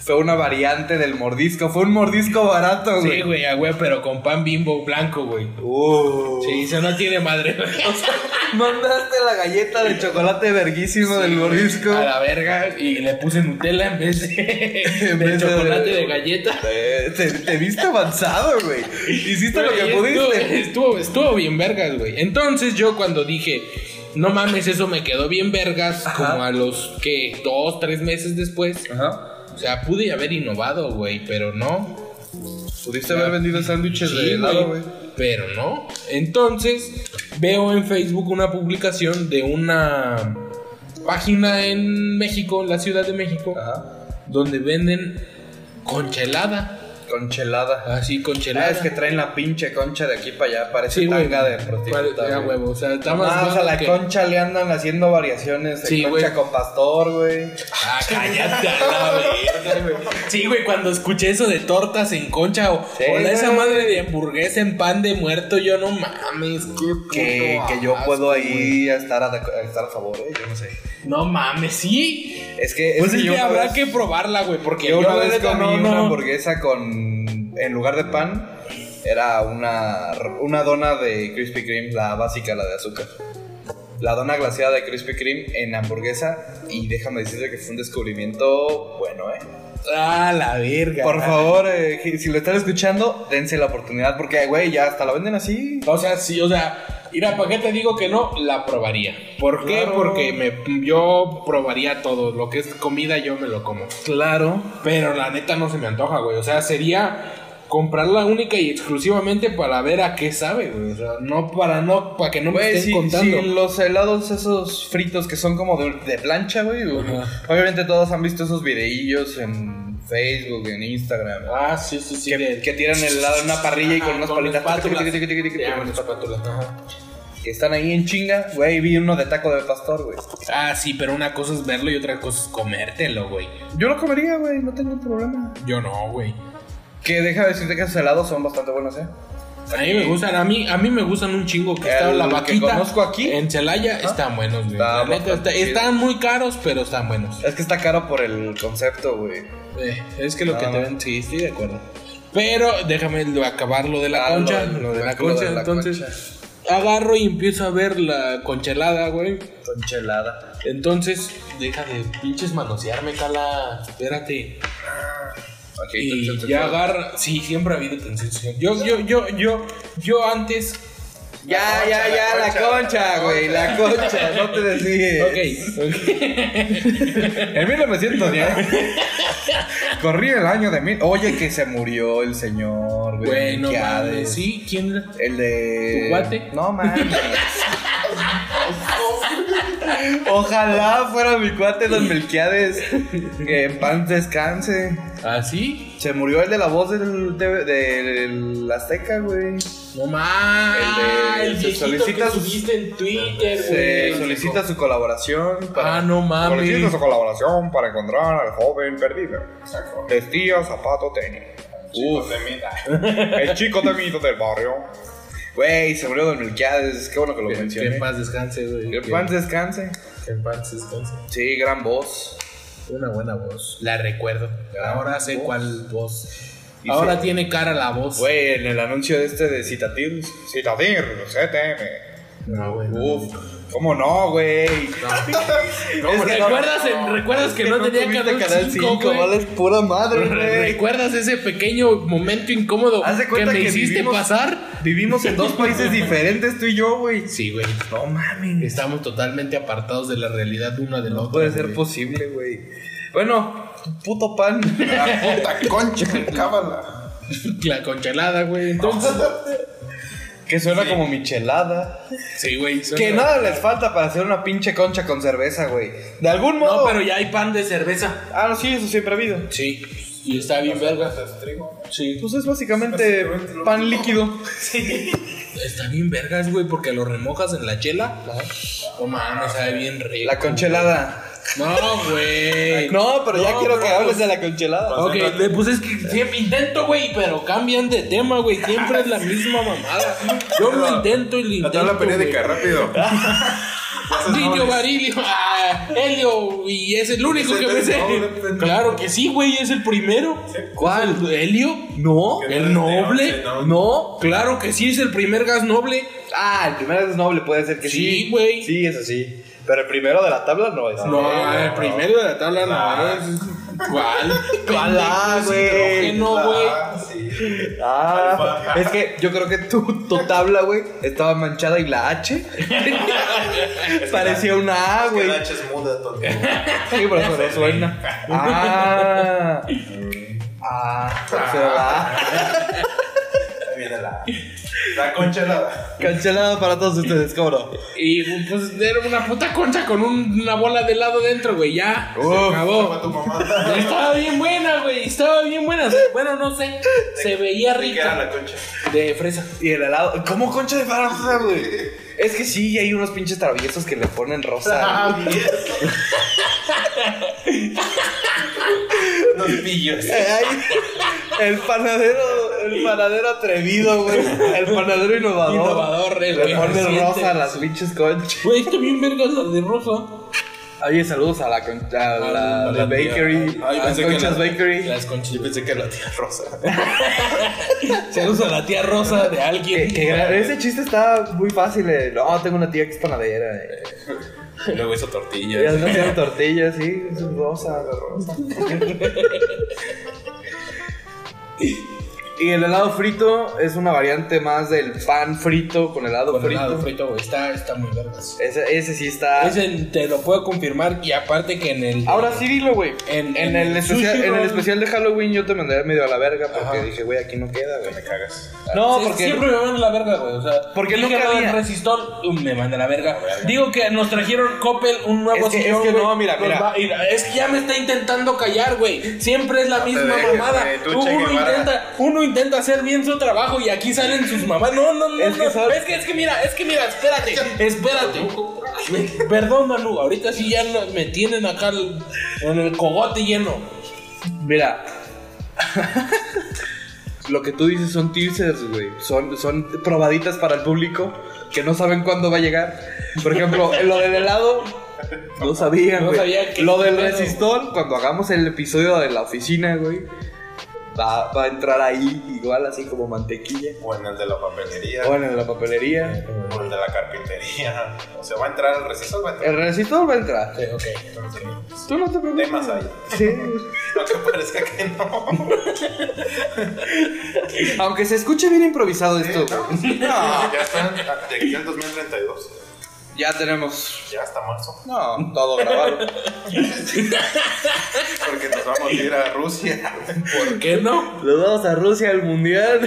Speaker 2: fue una variante del mordisco. Fue un mordisco barato, güey.
Speaker 3: Sí, güey, ah, güey, pero con pan bimbo blanco, güey.
Speaker 2: Uh.
Speaker 3: Sí, eso no tiene madre, güey. O sea,
Speaker 2: Mandaste la galleta de chocolate verguísimo del mordisco.
Speaker 3: A la verga, y le puse Nutella en vez de,
Speaker 2: En
Speaker 3: de
Speaker 2: vez de-
Speaker 3: chocolate de galleta.
Speaker 2: Eh, Te, te viste avanzado, güey. Hiciste lo que
Speaker 3: Güey, estuvo-
Speaker 2: pudiste.
Speaker 3: Estuvo, estuvo bien vergas, güey. Entonces yo cuando dije, no mames, eso me quedó bien vergas, como a los que dos, tres meses después.
Speaker 2: Ajá.
Speaker 3: O sea, pude haber innovado, güey, pero no.
Speaker 2: Pudiste haber vendido sándwiches
Speaker 3: Sí,
Speaker 2: de helado, güey.
Speaker 3: Pero no. Entonces veo en Facebook una publicación de una página en México, en la Ciudad de México,
Speaker 2: Ajá.
Speaker 3: donde venden conchelada.
Speaker 2: Conchelada.
Speaker 3: Así, conchelada.
Speaker 2: Ah, es que traen la pinche concha de aquí para allá. Parece
Speaker 3: Sí, güey.
Speaker 2: tanga de
Speaker 3: Pare-
Speaker 2: prostituta.
Speaker 3: ah,
Speaker 2: güey.
Speaker 3: huevo, o sea, está más
Speaker 2: Ah, o sea,
Speaker 3: guapa
Speaker 2: la
Speaker 3: que-
Speaker 2: concha le andan haciendo variaciones de
Speaker 3: Sí,
Speaker 2: concha
Speaker 3: güey.
Speaker 2: con pastor, güey.
Speaker 3: Ah, cállate a la verga, güey. Sí, güey, cuando escuché eso de tortas en concha o,
Speaker 2: Sí,
Speaker 3: o la esa
Speaker 2: güey.
Speaker 3: madre de hamburguesa en pan de muerto, yo no mames, qué puto
Speaker 2: que, que yo
Speaker 3: asco,
Speaker 2: puedo
Speaker 3: güey.
Speaker 2: ahí estar a, estar a favor, ¿eh? yo no sé.
Speaker 3: No mames, sí.
Speaker 2: Es que,
Speaker 3: Pues
Speaker 2: es
Speaker 3: es
Speaker 2: yo
Speaker 3: que
Speaker 2: una
Speaker 3: habrá
Speaker 2: vez-
Speaker 3: que probarla, güey, porque
Speaker 2: yo una
Speaker 3: la
Speaker 2: vez
Speaker 3: neta
Speaker 2: comí
Speaker 3: no,
Speaker 2: una
Speaker 3: no.
Speaker 2: hamburguesa con en lugar de pan era una una dona de Krispy Kreme, la básica, la de azúcar. La dona glaseada de Krispy Kreme en hamburguesa y déjame decirte que fue un descubrimiento bueno, ¿eh?
Speaker 3: Ah, la verga.
Speaker 2: Por favor, eh, si lo están escuchando, dense la oportunidad porque, güey, ya hasta la venden así.
Speaker 3: O sea, sí, o sea, Mira, ¿para qué te digo que no? La probaría. ¿Por qué?
Speaker 2: Claro.
Speaker 3: Porque me, yo probaría todo. Lo que es comida, yo me lo como.
Speaker 2: Claro.
Speaker 3: Pero la neta no se me antoja, güey. O sea, sería comprarla única y exclusivamente para ver a qué sabe, güey. O sea, no para no, para que no me
Speaker 2: Güey,
Speaker 3: estén
Speaker 2: si,
Speaker 3: contando.
Speaker 2: si los helados esos fritos que son como de, de plancha, güey. Obviamente todos han visto esos videillos en Facebook, en Instagram.
Speaker 3: Ah, sí, sí, sí.
Speaker 2: que,
Speaker 3: de-
Speaker 2: que tiran el helado en una parrilla y
Speaker 3: Ajá,
Speaker 2: con unas palitas.
Speaker 3: espátulas.
Speaker 2: tiqui, tiqui, tiqui, tiqui,
Speaker 3: Ya,
Speaker 2: tiqui,
Speaker 3: con espátulas, ajá.
Speaker 2: Que están ahí en chinga. Güey, vi uno de taco de pastor, güey.
Speaker 3: Ah, sí, pero una cosa es verlo y otra cosa es comértelo, güey.
Speaker 2: Yo lo comería, güey, no tengo problema.
Speaker 3: Yo no, güey.
Speaker 2: Que deja de decirte que esos helados son bastante buenos, ¿eh?
Speaker 3: A mí me gustan, a mí, a mí me gustan un chingo que está
Speaker 2: El
Speaker 3: la
Speaker 2: que
Speaker 3: vaquita.
Speaker 2: conozco aquí. Ah.
Speaker 3: En Celaya están buenos, güey.
Speaker 2: Está
Speaker 3: La neta,
Speaker 2: bastante
Speaker 3: está-
Speaker 2: chido.
Speaker 3: están muy caros, pero están buenos.
Speaker 2: Es que está caro por el concepto, güey.
Speaker 3: Eh, es que lo
Speaker 2: Ah.
Speaker 3: que te ven, sí, estoy de acuerdo. Pero déjame lo- acabar lo de la
Speaker 2: Ah, lo de-
Speaker 3: concha. Lo de
Speaker 2: lo
Speaker 3: la
Speaker 2: de
Speaker 3: concha,
Speaker 2: la
Speaker 3: entonces. Agarro y empiezo a ver la conchelada, güey.
Speaker 2: Conchelada.
Speaker 3: Entonces, deja de pinches manosearme, cala. Espérate.
Speaker 2: Ok,
Speaker 3: Y
Speaker 2: entonces-
Speaker 3: ya agarra. Sí, siempre ha habido tensión. Yo, yo, yo, yo, yo antes
Speaker 2: ya, ya, ya, la concha, güey. La concha, no te desvíes. En 1910 corrí el año de mil. Oye, que se murió el señor, güey.
Speaker 3: Bueno,
Speaker 2: que
Speaker 3: mames,
Speaker 2: Hades.
Speaker 3: sí, ¿quién era?
Speaker 2: El de.
Speaker 3: ¿Tu cuate?
Speaker 2: No mames. Ojalá fuera mi cuate Don Melquiades. Que en paz descanse.
Speaker 3: ¿Ah, sí?
Speaker 2: Se murió el de la voz del, de- del Azteca, güey.
Speaker 3: No mames.
Speaker 2: El de-
Speaker 3: El
Speaker 2: se
Speaker 3: viejito
Speaker 2: solicita
Speaker 3: que
Speaker 2: su-
Speaker 3: subiste en Twitter, güey.
Speaker 2: Se solicita su colaboración.
Speaker 3: Ah, no
Speaker 7: Solicito
Speaker 3: mames.
Speaker 7: su colaboración para encontrar al joven perdido. Vestía zapato tenis.
Speaker 2: Uf,
Speaker 7: El chico temido del barrio.
Speaker 2: güey, se murió Don Melquiades. Qué bueno que lo
Speaker 3: Que en
Speaker 2: mencioné.
Speaker 3: paz descanse, güey.
Speaker 2: Que en paz descanse.
Speaker 3: Que en paz descanse.
Speaker 2: Sí, gran voz.
Speaker 3: Una buena voz. La recuerdo.
Speaker 2: Gran
Speaker 3: Ahora sé
Speaker 2: voz.
Speaker 3: cuál voz.
Speaker 2: Y
Speaker 3: Ahora
Speaker 2: se-
Speaker 3: tiene cara la voz.
Speaker 2: Güey, en el anuncio este de Citativos.
Speaker 7: Citadir, CTM.
Speaker 3: No, güey.
Speaker 2: Uh, Uf, ¿cómo no, güey? Es que no-
Speaker 3: ¿Recuerdas, en- ¿Recuerdas que, no, tenía
Speaker 2: tuviste
Speaker 3: canal 5, güey?
Speaker 2: vales pura madre, güey.
Speaker 3: ¿Recuerdas ese pequeño momento incómodo
Speaker 2: Haz de
Speaker 3: que
Speaker 2: cuenta
Speaker 3: me
Speaker 2: que
Speaker 3: hiciste
Speaker 2: vivimos-
Speaker 3: pasar?
Speaker 2: Vivimos en dos países diferentes, tú y yo, güey.
Speaker 3: Sí, güey.
Speaker 2: No mames.
Speaker 3: Estamos totalmente apartados de la realidad una de la
Speaker 2: No
Speaker 3: otra.
Speaker 2: puede ser
Speaker 3: güey.
Speaker 2: posible, güey. Bueno, puto pan.
Speaker 5: Puta concha, cábala.
Speaker 3: La conchelada, güey. Entonces,
Speaker 2: que suena como michelada.
Speaker 3: sí, güey. suena-
Speaker 2: Que nada les falta para hacer una pinche concha con cerveza, güey. De algún
Speaker 3: No,
Speaker 2: modo.
Speaker 3: pero ya hay pan de cerveza.
Speaker 2: Ah, no, sí, eso siempre ha habido.
Speaker 3: Sí. Y está bien verga. Sí.
Speaker 2: Pues es básicamente pan líquido.
Speaker 3: Está bien vergas, güey, porque lo remojas en la chela. No mames, sabe bien rico.
Speaker 2: La conchelada.
Speaker 3: No, güey.
Speaker 2: No, pero ya
Speaker 3: No,
Speaker 2: quiero que
Speaker 3: bro.
Speaker 2: hables de la conchelada.
Speaker 3: Ok, pues es que siempre intento, güey, pero cambian de tema, güey. Siempre es la misma mamada. Yo lo intento y lo
Speaker 5: La
Speaker 3: intento.
Speaker 5: tabla periódica,
Speaker 3: güey.
Speaker 5: rápido.
Speaker 3: Lidio Barilio, ah, Helio, y es el único
Speaker 5: Ese
Speaker 3: que
Speaker 5: es
Speaker 3: me
Speaker 5: el
Speaker 3: sé.
Speaker 5: noble.
Speaker 3: Claro que sí, güey, es el primero. ¿Cuál? ¿Helio?
Speaker 2: No.
Speaker 3: ¿El noble? No. Claro que sí, es el primer gas noble.
Speaker 2: Ah, el primero es noble, puede ser que sí.
Speaker 3: Sí, güey.
Speaker 2: Sí, eso sí. Pero el primero de la tabla no es.
Speaker 3: No, el primero de la tabla no. ¿Cuál?
Speaker 2: ¿Cuál A,
Speaker 3: Pendejo,
Speaker 2: güey?
Speaker 3: es hidrógeno, güey.
Speaker 2: Ah,
Speaker 3: eh.
Speaker 2: es que yo creo que tu, tu tabla, güey, estaba manchada y la H parecía una A, güey.
Speaker 5: La H es muda, tonto.
Speaker 2: Sí, por eso no suena. Ah. Ah, pero la A.
Speaker 5: Ahí viene la, la concha helada.
Speaker 2: Cancelado para todos ustedes, ¿cómo no?
Speaker 3: Y pues era una puta concha con un- una bola de helado dentro, güey. Ya. se acabó.
Speaker 5: Para tu mamá.
Speaker 3: Estaba bien buena, güey. Estaba bien buena. Bueno, no sé. Se veía
Speaker 5: ¿Qué era
Speaker 3: rica.
Speaker 5: la concha?
Speaker 3: De fresa.
Speaker 2: Y el helado, ¿cómo concha de franja, güey? Es que sí, hay unos pinches traviesos que le ponen rosa. güey.
Speaker 5: Los pillos.
Speaker 2: Ay, el panadero, el panadero atrevido, güey. El panadero innovador.
Speaker 3: Innovador, el
Speaker 2: Le
Speaker 3: güey,
Speaker 2: ponen
Speaker 3: reciente.
Speaker 2: rosa a las pinches conchas.
Speaker 3: Güey, está bien vergas la de rosa.
Speaker 2: Oye, saludos a la, con- a la,
Speaker 3: A
Speaker 2: la
Speaker 3: la tía.
Speaker 2: bakery,
Speaker 5: Ay,
Speaker 2: a las
Speaker 5: pensé que la-
Speaker 2: conchas bakery.
Speaker 3: Las conchas.
Speaker 5: Pensé que la tía rosa.
Speaker 3: Saludos a la tía rosa de
Speaker 2: Que-
Speaker 3: alguien.
Speaker 2: que gra- ese chiste está muy fácil. eh. No, tengo una tía que es panadera. eh.
Speaker 5: Luego hizo
Speaker 2: Y
Speaker 5: tortillas.
Speaker 2: no tiene tortillas, sí, es rosa, la rosa. Y el helado frito es una variante más del pan frito con helado
Speaker 3: Con
Speaker 2: frito.
Speaker 3: helado frito, güey. Está, está muy vergas.
Speaker 2: Ese, ese sí está.
Speaker 3: Ese te lo puedo confirmar. Y aparte que en el.
Speaker 2: Ah. Ahora sí dilo, güey.
Speaker 3: En-
Speaker 2: En,
Speaker 3: en
Speaker 2: el
Speaker 3: el
Speaker 2: especial,
Speaker 3: sushi
Speaker 2: en el
Speaker 3: roll.
Speaker 2: especial de Halloween yo te mandé medio a la verga porque
Speaker 3: Ajá.
Speaker 2: dije, güey, aquí no queda, güey.
Speaker 4: Me cagas.
Speaker 2: No,
Speaker 3: Sí,
Speaker 2: porque
Speaker 3: Siempre me mandan la verga, güey. O sea,
Speaker 2: Porque
Speaker 3: dije,
Speaker 2: nunca
Speaker 3: "No, el
Speaker 2: había".
Speaker 3: resistor uh, me manda la verga. Digo que nos trajeron Coppel un nuevo
Speaker 2: Es que-
Speaker 3: sillón,
Speaker 2: es que
Speaker 3: güey.
Speaker 2: no, mira,
Speaker 3: Nos
Speaker 2: mira.
Speaker 3: va- y la- es que ya me está intentando callar, güey. Siempre es la misma
Speaker 4: dejes,
Speaker 3: mamada.
Speaker 4: güey, tú,
Speaker 3: Tú,
Speaker 4: Che
Speaker 3: uno,
Speaker 4: Guevara.
Speaker 3: intenta, uno intenta hacer bien su trabajo y aquí salen sus mamás. No, no, no,
Speaker 2: Es
Speaker 3: no.
Speaker 2: que sabes-
Speaker 3: Es que, es que mira, es que mira, espérate, espérate. Perdón, Manu, ahorita sí ya no- me tienen acá el- en el cogote lleno.
Speaker 2: Mira. Lo que tú dices son teasers, güey. Son, son probaditas para el público que no saben cuándo va a llegar. Por ejemplo, lo del helado. No sabían,
Speaker 3: No
Speaker 2: güey.
Speaker 3: sabía que-
Speaker 2: Lo del
Speaker 3: pero-
Speaker 2: resistor, cuando hagamos el episodio de la oficina, güey. Va, va a entrar ahí igual, así como mantequilla.
Speaker 4: O en el de la papelería.
Speaker 2: O en la papelería.
Speaker 4: O en el de la carpintería. O sea, va a entrar el receso, va a entrar.
Speaker 2: El resistor va a entrar.
Speaker 3: Sí, ok.
Speaker 2: Tú no te preocupes.
Speaker 4: Temas hay.
Speaker 2: Sí.
Speaker 4: Aunque parezca que no.
Speaker 2: Aunque se escuche bien improvisado esto. güey.
Speaker 4: Ah, Ya están. De aquí al 2032.
Speaker 2: Ya tenemos.
Speaker 4: Ya hasta marzo.
Speaker 7: No.
Speaker 2: Todo grabado.
Speaker 4: Porque nos vamos a ir a Rusia.
Speaker 3: ¿Por qué no?
Speaker 2: Los vamos a Rusia al mundial.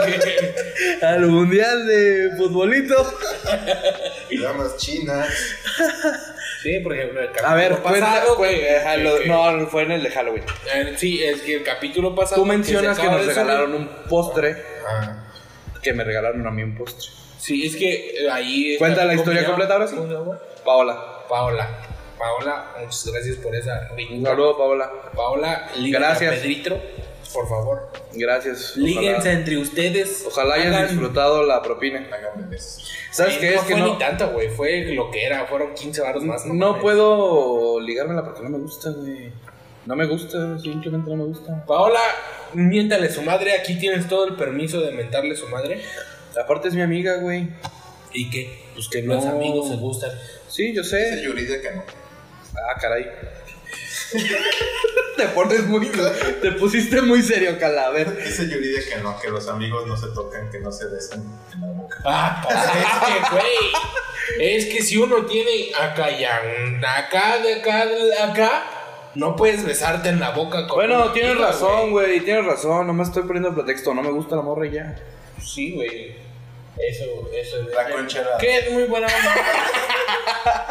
Speaker 2: al mundial de futbolito.
Speaker 4: Damas chinas.
Speaker 3: Sí, por ejemplo, el
Speaker 2: A ver, cuenta,
Speaker 3: pasado,
Speaker 2: cuen-
Speaker 3: güey,
Speaker 2: ajá, lo-
Speaker 3: que-
Speaker 2: no, fue en el de Halloween.
Speaker 3: Eh, sí, es que el capítulo pasado.
Speaker 2: Tú mencionas
Speaker 3: se
Speaker 2: que
Speaker 3: acaba
Speaker 2: nos
Speaker 3: de subir-
Speaker 2: regalaron un postre,
Speaker 4: Ah,
Speaker 2: que me regalaron a mí un postre.
Speaker 3: Sí, es que eh, ahí. está-
Speaker 2: Cuenta la
Speaker 3: ¿cómo
Speaker 2: historia
Speaker 3: se llama?
Speaker 2: completa ahora sí.
Speaker 3: ¿Cómo se llama?
Speaker 2: Paola.
Speaker 3: Paola. Paola, muchas gracias por esa
Speaker 2: Un
Speaker 3: rica.
Speaker 2: saludo, Paola.
Speaker 3: Paola, lígate
Speaker 2: Gracias.
Speaker 3: a Pedrito, por favor.
Speaker 2: Gracias.
Speaker 3: Líguense
Speaker 2: Ojalá,
Speaker 3: entre ustedes.
Speaker 2: ojalá
Speaker 3: Hagan-
Speaker 2: hayas disfrutado la propina.
Speaker 4: háganme besos.
Speaker 2: ¿Sabes
Speaker 3: Sí,
Speaker 2: qué?
Speaker 3: No
Speaker 2: es que
Speaker 3: fue
Speaker 2: no,
Speaker 3: ni tanto, güey. Fue lo que era. Fueron 15 baros Pues más.
Speaker 2: no
Speaker 3: mames.
Speaker 2: puedo ligármela porque no me gusta, güey. No me gusta, simplemente no me gusta.
Speaker 3: Paola, miéntale su madre. Aquí tienes todo el permiso de mentarle su madre.
Speaker 2: Aparte es mi amiga, güey.
Speaker 3: Y que
Speaker 2: Pues que
Speaker 3: los
Speaker 2: no.
Speaker 3: amigos se gustan.
Speaker 2: Sí, yo
Speaker 4: Dice
Speaker 2: sé.
Speaker 4: Yuridia que no.
Speaker 2: Ah, caray. te pones muy. Te pusiste muy serio, calaver.
Speaker 4: Dice Yuridia que no, que los amigos no se tocan, que no se besan en la boca.
Speaker 3: Ah, pues es que, güey. Es que si uno tiene acá y acá, de acá, de acá, no puedes besarte en la boca con
Speaker 2: Bueno,
Speaker 3: una
Speaker 2: tienes
Speaker 3: amiga,
Speaker 2: razón, güey. Tienes razón. No me estoy poniendo pretexto. No me gusta la morra y ya.
Speaker 3: Sí, güey. Eso, eso. es-
Speaker 4: La conchera.
Speaker 3: Que es muy buena onda.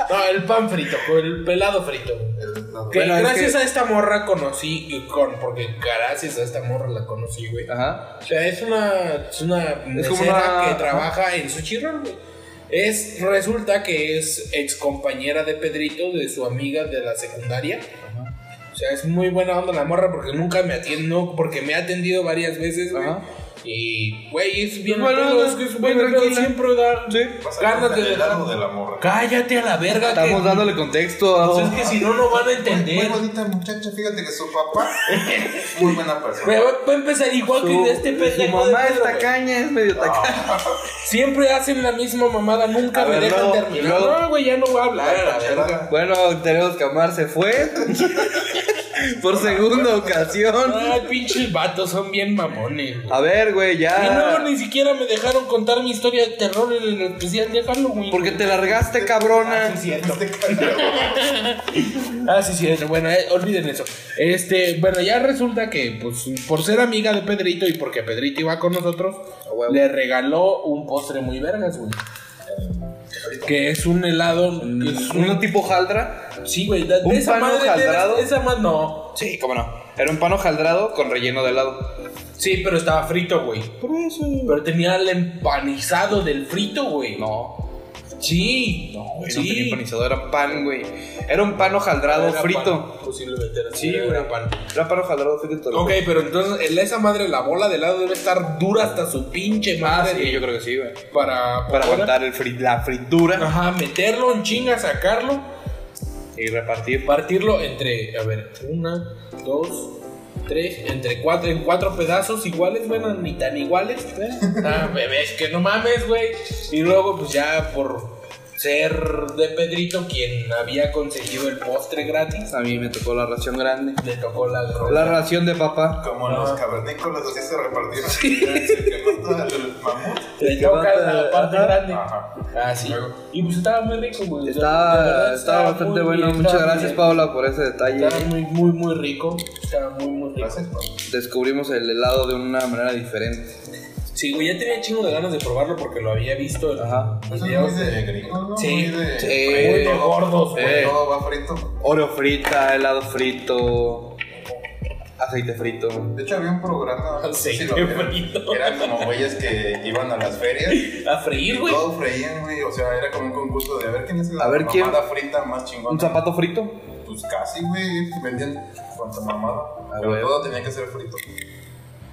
Speaker 3: No, el pan frito, el pelado frito.
Speaker 4: El- la-
Speaker 3: Que
Speaker 2: Bueno, es
Speaker 3: gracias
Speaker 2: que-
Speaker 3: a esta morra conocí, y con, porque gracias a esta morra la conocí, güey.
Speaker 2: Ajá.
Speaker 3: O sea, es una, es una
Speaker 2: Ah. Es como
Speaker 3: mesera
Speaker 2: una-
Speaker 3: que trabaja en Sushi Roll, güey. Es, resulta que es ex compañera de Pedrito, de su amiga de la secundaria. O sea, es muy buena onda la morra porque nunca me atiendo, porque me ha atendido varias veces, güey.
Speaker 2: Ajá. Pues,
Speaker 3: Y, güey, es bien
Speaker 2: Bueno,
Speaker 3: pedo,
Speaker 2: no,
Speaker 3: es que es
Speaker 2: muy
Speaker 3: buen pedo,
Speaker 2: tranquila.
Speaker 3: siempre da
Speaker 2: Sí.
Speaker 4: Vas a
Speaker 3: ganas
Speaker 4: contar
Speaker 3: de
Speaker 4: el
Speaker 3: dejar.
Speaker 4: lado de la morra.
Speaker 3: Cállate a la verga,
Speaker 2: Estamos
Speaker 3: que-
Speaker 2: dándole contexto.
Speaker 3: o sea, es que si no, no van a
Speaker 4: Muy
Speaker 3: entender.
Speaker 4: bonita muchacha, fíjate que su papá es muy buena persona.
Speaker 3: Güey, va- va a empezar igual que de este
Speaker 2: Su, su
Speaker 3: pendejo. de
Speaker 2: mamá
Speaker 3: Pedro,
Speaker 2: es
Speaker 3: güey. Ah.
Speaker 2: tacaña, es medio tacaña.
Speaker 3: Siempre hacen la misma mamada, nunca
Speaker 2: A
Speaker 3: me
Speaker 2: ver,
Speaker 3: dejan
Speaker 2: luego,
Speaker 3: terminar.
Speaker 2: luego.
Speaker 3: No, güey, ya no voy a hablar. a la verga.
Speaker 2: Bueno, tenemos que amar. Se fue. Por segunda ocasión.
Speaker 3: Ay, pinches vatos, son bien mamones. güey.
Speaker 2: A ver, güey,
Speaker 3: Y luego
Speaker 2: ya.
Speaker 3: ni siquiera me dejaron contar mi historia de terror en el especial de Halloween.
Speaker 2: Porque te largaste, cabrona.
Speaker 5: Este
Speaker 3: Ah, sí, sí, bueno, eh, olviden eso. Este, bueno, ya resulta que, pues, por ser amiga de Pedrito y porque Pedrito iba con nosotros, le regaló un postre muy vergas, güey. Que es un helado. que es un-
Speaker 2: Uno tipo jaldra.
Speaker 3: sí, güey, de, de
Speaker 2: ¿Un
Speaker 3: esa
Speaker 2: pan
Speaker 3: madre. de-
Speaker 2: hojaldrado?
Speaker 3: de esa madre, no.
Speaker 2: Sí, cómo no. Era un pan hojaldrado con relleno de helado.
Speaker 3: Sí, pero estaba frito, güey.
Speaker 2: Por eso.
Speaker 3: Pero tenía el empanizado del frito, güey.
Speaker 2: No,
Speaker 3: Sí.
Speaker 2: no, güey, no tenía
Speaker 3: sí.
Speaker 2: empanizado, era pan, güey. Era un pan hojaldrado
Speaker 3: Era
Speaker 2: frito.
Speaker 3: pan, posiblemente era
Speaker 2: Sí,
Speaker 3: era
Speaker 2: güey.
Speaker 3: pan.
Speaker 2: Era pan hojaldrado frito.
Speaker 3: Ok, pero entonces el- esa madre, la bola de helado debe estar dura hasta su pinche madre.
Speaker 2: Ah, Sí, yo creo que sí, güey. Para
Speaker 3: Para, poder-
Speaker 2: aguantar el fri- la fritura
Speaker 3: Ajá, meterlo en chinga, sacarlo,
Speaker 2: y repartir.
Speaker 3: partirlo entre, a ver, entre una, dos, tres, entre cuatro, en cuatro pedazos iguales, bueno, ni ¿eh? tan iguales. Ah, bebé, es que no mames, güey. Y luego, pues ya por ser de Pedrito quien había conseguido el postre gratis.
Speaker 2: A mí me tocó la ración grande.
Speaker 3: Le tocó la
Speaker 2: La ración de papá.
Speaker 5: Como los cavernícolas así se repartieron. Se quemó todo el mamut.
Speaker 3: Le
Speaker 2: que
Speaker 3: toca
Speaker 2: mata-
Speaker 3: la parte
Speaker 2: ajá.
Speaker 3: grande.
Speaker 5: Ajá.
Speaker 3: Ah, sí. Y pues estaba muy rico, güey. De
Speaker 2: Está,
Speaker 3: verdad,
Speaker 2: está bastante
Speaker 3: muy
Speaker 2: bueno.
Speaker 3: bien,
Speaker 2: Muchas
Speaker 3: estaba muy
Speaker 2: gracias,
Speaker 3: bien.
Speaker 2: Paula, por ese detalle.
Speaker 3: Estaba muy, muy, muy rico. Estaba muy, muy rico.
Speaker 5: Gracias, papá.
Speaker 2: Descubrimos el helado de una manera diferente.
Speaker 3: Sí, güey, ya tenía chingo de ganas de probarlo porque lo había visto en
Speaker 2: Ajá.
Speaker 5: Eso es
Speaker 3: videos.
Speaker 5: muy de gringo, ¿no?
Speaker 3: Sí.
Speaker 5: Muy de-
Speaker 2: Sí.
Speaker 3: Muy de gordos, güey.
Speaker 2: Eh.
Speaker 5: Todo va frito.
Speaker 2: Oro frita, helado frito, aceite frito.
Speaker 5: De hecho, había un programa. no sé si lo
Speaker 3: Aceite
Speaker 5: vieron,
Speaker 3: frito.
Speaker 5: que Eran como güeyes que iban a las ferias.
Speaker 3: A freír,
Speaker 5: Y
Speaker 3: güey.
Speaker 5: todo freían, güey. O sea, era como un concurso de a ver quién es la
Speaker 2: A ver quién-
Speaker 5: mamada frita más chingona.
Speaker 2: ¿Un zapato frito?
Speaker 5: Pues casi, güey. Vendían cuanta mamada. Pero
Speaker 2: güey.
Speaker 5: todo tenía que ser frito.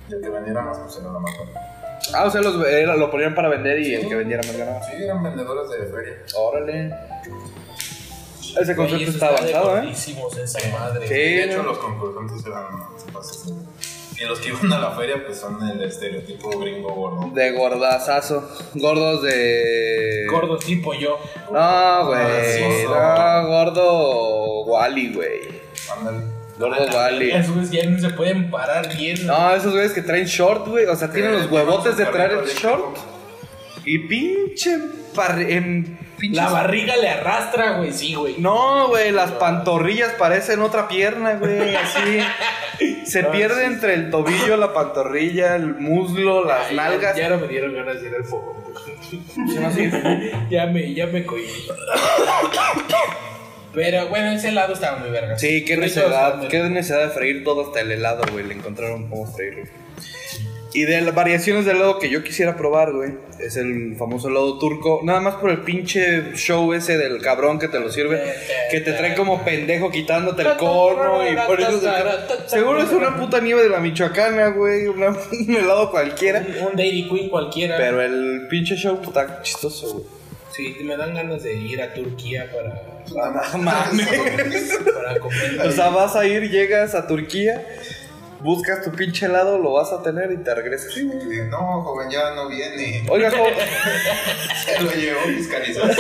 Speaker 5: Y el que vendiera más, pues era la mamada.
Speaker 2: Ah, o sea, los, era- lo ponían para vender y el que vendiera más ganaba.
Speaker 5: Sí, eran vendedores de feria.
Speaker 2: Órale. Ese
Speaker 3: Güey,
Speaker 2: concepto
Speaker 3: eso
Speaker 2: está
Speaker 3: de
Speaker 2: avanzado, ¿eh?
Speaker 3: gordísimos, esa madre.
Speaker 2: Sí.
Speaker 5: De hecho, los concursantes eran pases. Y los que iban a la feria, pues son el estereotipo gringo gordo.
Speaker 2: De gordazazo. Gordos de.
Speaker 3: Gordo tipo yo.
Speaker 2: No, güey.
Speaker 5: Gordazazo.
Speaker 2: No, gordo Wally, güey.
Speaker 5: Ándale.
Speaker 2: Gordo Wally.
Speaker 3: Esos güeyes ya no se pueden parar bien.
Speaker 2: No, esos güeyes que traen short, güey. O sea, tienen los huevotes de traer el short. Y pinche. par- en pinches-
Speaker 3: La barriga le arrastra, güey, sí, güey.
Speaker 2: No, güey, las pantorrillas parecen otra pierna, güey, así. Se pierde entre el tobillo, la pantorrilla, el muslo, las
Speaker 3: Ay,
Speaker 2: nalgas.
Speaker 3: Ya no me dieron ganas de ir al fuego.
Speaker 2: Se me hace-
Speaker 3: ya me, ya me coí. Pero bueno, ese helado estaba muy verga.
Speaker 2: Sí, qué
Speaker 3: Rico,
Speaker 2: necesidad,
Speaker 3: estaba
Speaker 2: qué necesidad de freír todo hasta el helado, güey. Le encontraron cómo freírlo. Y de las variaciones de helado que yo quisiera probar, güey, es el famoso helado turco. Nada más por el pinche show ese del cabrón que te lo sirve, que te trae como pendejo quitándote el corno y por eso se- Seguro es una puta nieve de la Michoacana, güey, una- un helado cualquiera.
Speaker 3: muy- Un Dairy Queen cualquiera.
Speaker 2: Pero el pinche show está chistoso, güey.
Speaker 3: Sí, me dan ganas de ir a Turquía para,
Speaker 5: mames.
Speaker 3: para comer.
Speaker 2: O sea, vas a ir, llegas a Turquía, buscas tu pinche helado, lo vas a tener y te regresas.
Speaker 5: No, joven, ya no viene.
Speaker 2: Oiga, jo-
Speaker 5: Se lo llevó fiscalizado.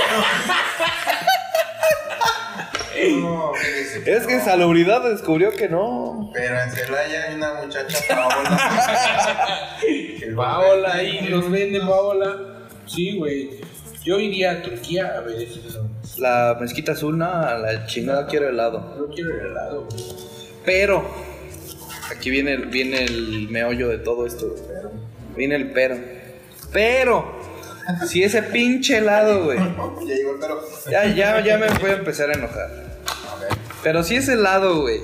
Speaker 5: No, fíjese.
Speaker 2: es que en salubridad descubrió que no.
Speaker 5: Pero en Celaya hay una muchacha Paola. Que
Speaker 3: Paola ahí los vende Paola. Sí, güey. Yo iría a Turquía a ver eso.
Speaker 2: La mezquita azul, nada, la chingada quiero helado.
Speaker 3: No quiero el helado. güey.
Speaker 2: Pero, aquí viene el, viene el meollo de todo esto. güey. Viene el pero. Pero, si ese pinche helado, güey.
Speaker 5: Ya llegó el pero.
Speaker 2: Ya, ya, ya me voy a empezar a enojar. Pero si es helado, güey.